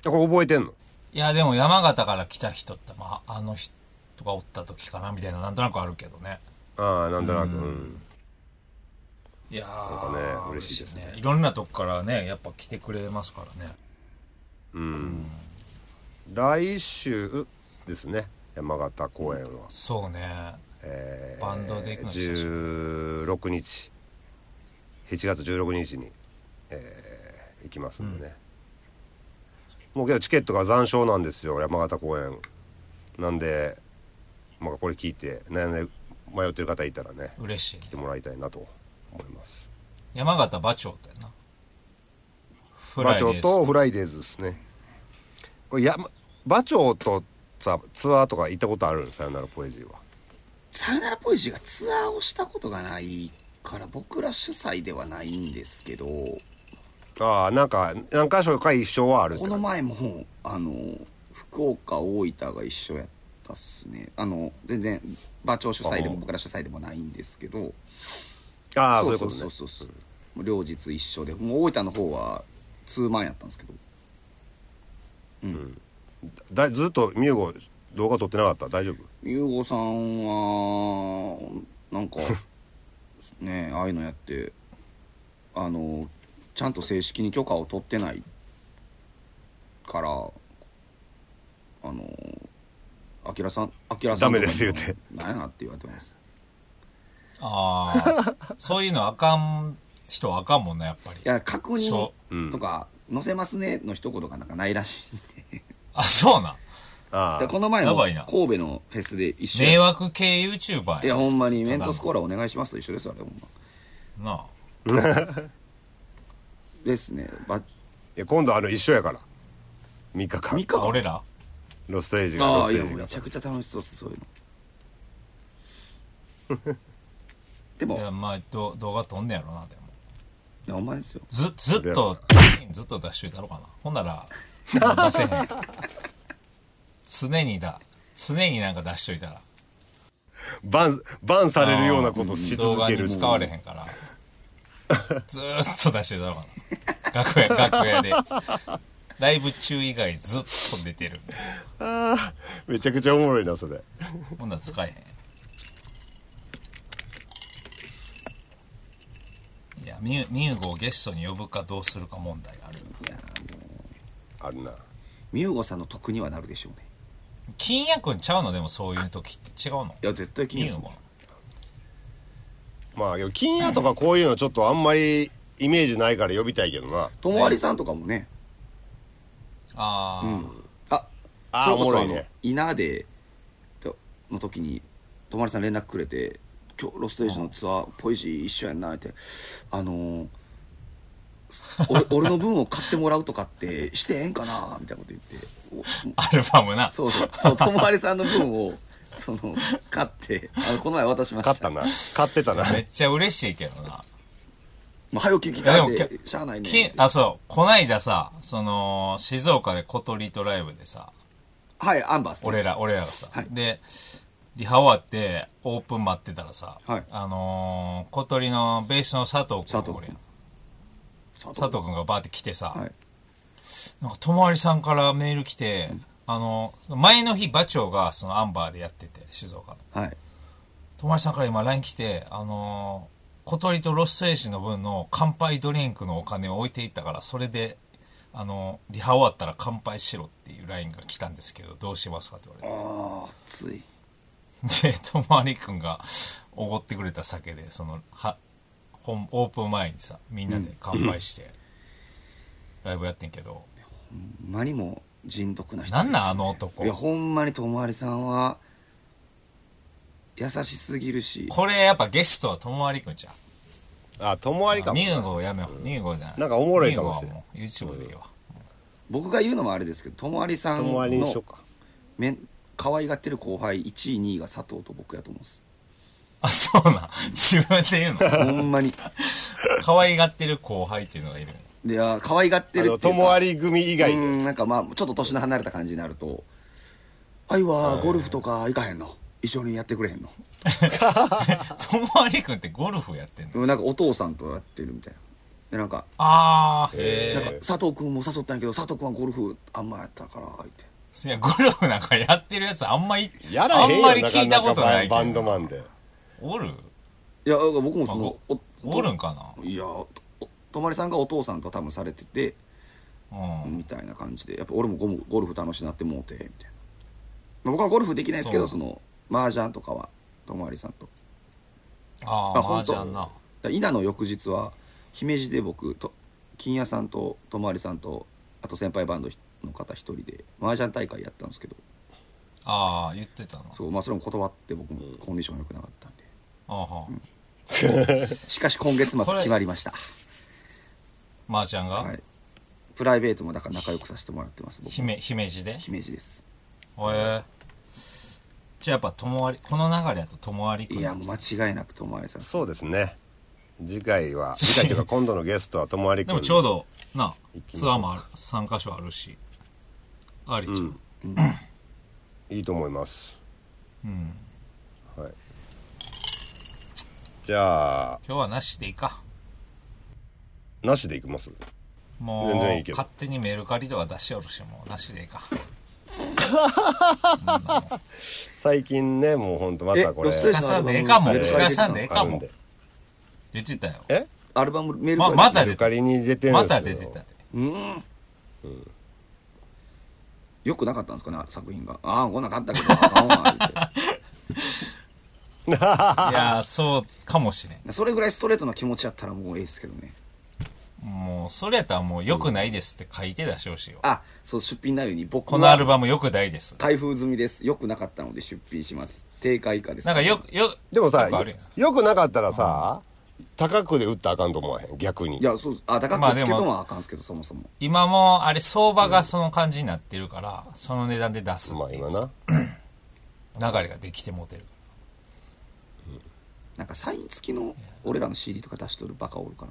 C: たま
A: これ覚えてんの
B: いやでも山形から来た人って、まあ、あの人がおった時かなみたいななんとなくあるけどね
A: ああなんとなくうん
B: いや
A: なん
B: ー
A: かね嬉しいですね
B: ねいろんなとこからねやっぱ来てくれますからね
A: 来週ですね山形公演は
B: そうね
A: えー
B: バンドで行くの久しぶ
A: 16日7月16日に、えー行きますんでね、もうけどチケットが残暑なんですよ山形公演なんで、まあ、これ聞いて悩んで迷ってる方いたらね
B: 嬉しい
A: 来てもらいたいなと思います
B: 山形馬長ってなフ
A: 馬
B: ライ
A: 長
B: デー
A: と
B: ズ
A: フライデーズですねこれやま馬長とさツアーとか行ったことあるさよならポエジーは
C: さよならポエジーがツアーをしたことがないから僕ら主催ではないんですけど
A: ああなんか何か所か一緒はあるって
C: こ
A: 感じ
C: の前もあの福岡大分が一緒やったっすねあの全然馬長主催で
A: あ
C: も
A: あ
C: 僕ら主催でもないんですけど
A: ああそういうことね
C: そうそうそうそう両日一緒でもう大分の方は2万やったんですけど
A: だずっとミューゴ動画撮ってなかった大丈夫
C: ゆうごさんはなん かねああいうのやってあのちゃんと正式に許可を取ってないからあのあきらさんあきらさん
A: ダメです言うて
C: 何やなって言われてます
B: あ あそういうのあかん人はあかんもんなやっぱり
C: いや確認
B: そ
C: とか「載せますね」の一言がなんかないらしいんで
B: あそうなん
A: あ
C: いや
A: あ
C: この前
B: や
C: も
B: ばいな
C: 神戸のフェスで一緒
B: 迷
C: や
B: 惑系 YouTuber や
C: いやほんまにメントスコ
B: コ
C: ーラお願いしますと一緒ですあれほんま
B: なあ
C: ですねば
A: いや今度あの一緒やから3日間
C: 三日間
B: 俺ら
A: ロストエイジがロ
C: あ
A: ス
C: あ
A: ト
C: い
A: エ
C: や
A: イジ
C: め
A: が
C: ちゃくちゃ楽しそうですそういうの で
B: いや
C: も
B: まあど動画撮んねやろなでも
C: いやお前ですよ
B: ずずっとずっと出しといたろかなほん なら出せへん常にだ常になんか出しといたら
A: バンバンされるようなことし
B: 動
A: 続
B: 画
A: け
B: に
A: る
B: 使われへん からずーっと出してるだろうな楽屋楽屋でライブ中以外ずっと寝てる
A: あーめちゃくちゃおもろいなそれ
B: ほんなら使えへんいやミュミューゴをゲストに呼ぶかどうするか問題ある
C: いやもう
A: あるな
C: ミューゴさんの得にはなるでしょうね
B: 金也くんちゃうのでもそういう時って違うの
C: いや絶対気
B: ミ
C: に
B: ューゴ
A: まあでも金屋とかこういうのちょっとあんまりイメージないから呼びたいけどな
C: ともわりさんとかもね
B: ああ、
C: あ
A: あー
C: それこそ
A: おもろいね
C: あの稲でとの時にともわりさん連絡くれて「今日ロストエイジのツアーポイジー一緒やんな」って「あの ー俺俺の分を買ってもらうとかってしてええんかな」みたいなこと言ってお
B: アルバムな
C: そうそう。そう、ともありさんの分を、その、買って、あの、この前渡しました。
A: 勝ったな勝ってたな
B: めっちゃ嬉しいけどな
C: まあ、早起き聞きたん
B: いやで
C: で
B: も、
C: しゃあないね。
B: 金あそうこないださその静岡で小鳥とライブでさ
C: はい、アンバース、
B: 俺。ら俺らがさ、
C: はい
B: でリハ終わってオープン待ってたらさ、
C: はい
B: あのー小鳥のベースの佐藤君
C: 佐藤君
B: おるやん
C: 佐
B: 佐藤君がバーって来てさ、
C: はい。
B: なんか友りさんからメール来て、あの前の日馬長がそのアンバーでやってて静岡の
C: はい。
B: 友達さんから今 LINE 来て、あのー小鳥とロストエイジの分の乾杯ドリンクのお金を置いていったから、それで、あのーリハ終わったら乾杯しろっていう LINE が来たんですけど、どうしますかって言われ
C: ああ、つい。
B: て。で、とまりくんがおごってくれた酒で、その、は、本、オープン前にさ、みんなで乾杯して、ライブやってんけど、
C: ほんまにも、人徳な人。
B: なんなんあの男
C: いや、。ほんまにともありさんは、優しすぎるし、
B: これやっぱゲストはともりくんじゃん。
A: あ友ありかも
B: ニューゴやめよう。ニューゴじゃない。
A: なんかおもろいかもしれ
B: ニ
A: ん
B: ューゴはもう YouTube でいいわ。
C: 僕が言うのもあれですけど、ともありさん
A: 友ありにしよう
C: の、
A: か
C: めん、可愛がってる後輩、1位、2位が佐藤と僕やと思うんです。
B: あ、そうなん。自分で言うの
C: ほんまに。
B: 可愛がってる後輩っていうのがいる
C: いや、可愛がって
A: あ
C: るってい
A: の
C: うか
A: 友あり組以外
C: う
A: で
C: んなんかまあちょっと年の離れた感じになると「愛はゴルフとか行かへんの一緒にやってくれへんの
B: ともありくんってゴルフやって んの」
C: なんかお父さんとやってるみたいなでなんか
B: ああ
A: へ
B: へ
A: ー
C: なんか佐藤君も誘ったんやけど佐藤君はゴルフあんまやったから言って
B: えいやゴルフなんかやってるやつあんまり
A: やらへん
B: あん
A: よ
B: まり聞いたことない
A: かバ
B: け
A: ン
B: ど
A: ドマンで
B: おる
C: いやだから僕もそ
B: あ
C: の
B: ごおるんかない
C: やおとまりさんがお父さんと多分されてて
B: うん
C: みたいな感じでやっぱ俺もゴムゴルフ楽しなってもうてみたいな、まあ、僕はゴルフできないですけど
B: そ
C: その麻雀とかはとまりさんと
B: あ
C: あ
B: あ
C: ほ
B: マ
C: ん
B: ー
C: と
B: ジャンな
C: だから稲の翌日は姫路で僕と金谷さんと泊さんとあと先輩バンドの方一人で麻雀大会やったんですけど
B: ああ言ってたの
C: そうまあそれも断って僕もコンディション良くなかったんで
B: ああはあ
C: しかし今月末
B: これ
C: 決まりました
B: まー、ちゃんが、
C: はいプライベートもだから仲良くさせてもらってます僕
B: 姫姫路でへ
C: 姫路です
B: えじゃあやっぱ友割この流れだと友割くん
C: いやもう間違いなくと思われさん
A: そうですね次 回は次回というか今度のゲストはともありく
B: で
A: ん
B: もちょうどな
A: 行きましょう
B: ツアーもある3カ所あるしありちゃん、
A: いいと思いますはいじゃあ
B: 今日はなしでいいか
A: なしでいきます
B: も
A: 全然いういけど
B: 勝手にメルカリとか出しよるしもうなしでいいか
A: 最近ねもうほんとまたこれ
C: えロス
B: 聞かさんでええかも
A: あ
B: う
A: れ
B: 聞かさんでええか
A: ある
B: も
A: んで
B: 言ってたよ
A: え
C: アルバムメール
B: ま
C: とか
B: また
A: メ
B: 出
A: ルカ
B: て
A: リに出てるんですよ
B: また出てたで
C: よくなかったんですかね作品がああこんなんかあったけどあかんわ言う
B: いやーそうかもしれん
C: てそれぐらいストレートな気持ちやったらもうええですけどね
B: もうそれやったらもう良くないですって書いて出してほしいよ
C: あそう出品内容に僕
B: このアル
C: は
B: バム良くないです
C: 開封済みですよくなかったので出品します定価以下です
B: なんかよくよ
A: でもさ
B: よくあるやん
A: よくなかったらさ高くで打ったらあかんと思わへん逆に
C: いやそうあ高
B: まあ
C: くつ
B: で
C: け
B: も
C: とんはあかんすけどそもそも
B: 今もあれ相場がその感じになってるから、その値段で出す
A: ま
B: っ
A: あ
B: てい
A: 今
B: う
A: な
B: 流れができてもうてる
C: なんかサイン付きの俺らの CD とか出しとるバカおるか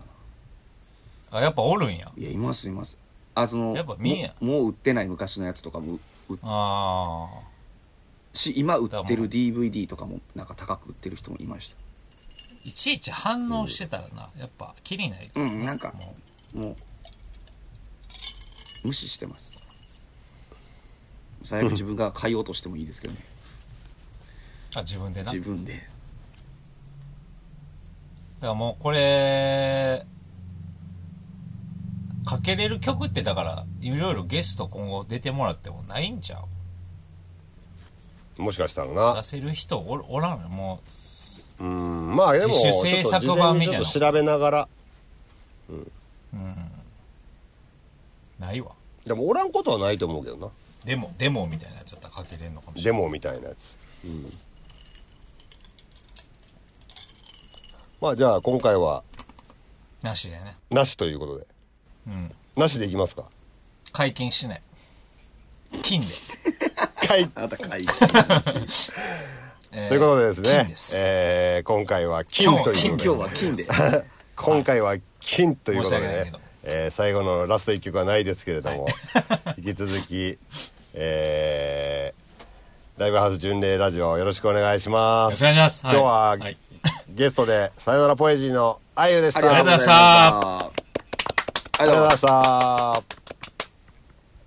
C: らな
B: あやっぱおるんや
C: いやいますいますあその
B: やっぱ見えや
C: ももう売ってない昔のやつとかも売っ
B: ああ
C: し今売
B: だ
C: っ
B: か
C: て
B: らもう
C: る DVD とかもなんか高く売ってる人もいました
B: いちいち反応してたらな、やっぱきりないか
C: う
B: ら、
C: んなんか
B: も
C: もう無視してます最悪自分が買い落としてもいいですけどね
B: あ自分でなだ
C: 自
B: か
C: 分で
B: らもうこれかけれる曲ってだからいろいろゲスト今後出てもらってもないんちゃう
A: もしかしたらな
B: 出せる人おるおらんよもう
A: うんまあでも
B: 自
A: ちょっ
B: 主
A: と
B: 制
A: 事
B: 作
A: 前
B: 版み
A: にち
B: たいな
A: ょっと調べながら
B: ないわ
A: でもおらんことはないと思うけどな
B: デモデモみたいなやつだったらかけれんのかもしれな
A: デ
B: い
A: モみたいなやつ、まあじゃあ今回は
B: なしでね
A: なしということで
B: うん
A: なしでいきますか
B: 解禁しない金で
A: はい
C: あなた買い
B: えー
A: ということでですね
B: 金です
A: えー今回は金ということで
B: 金
C: 今日は金で
A: 今回は金ということで
B: 申し訳ない
A: ね
B: けど、
A: えー最後のラスト1曲はないですけれども、引き続き、えーライブハウス巡礼ラジオよろしくお願いし
B: よ
A: ま
B: ろしく
A: す。
B: お願いします。
A: 今日は、
B: いい
A: ゲストでさよならポエジーのあゆでした。
B: がとうございました
C: ありがとうござい
A: ありがとうござい
C: ました
A: ました。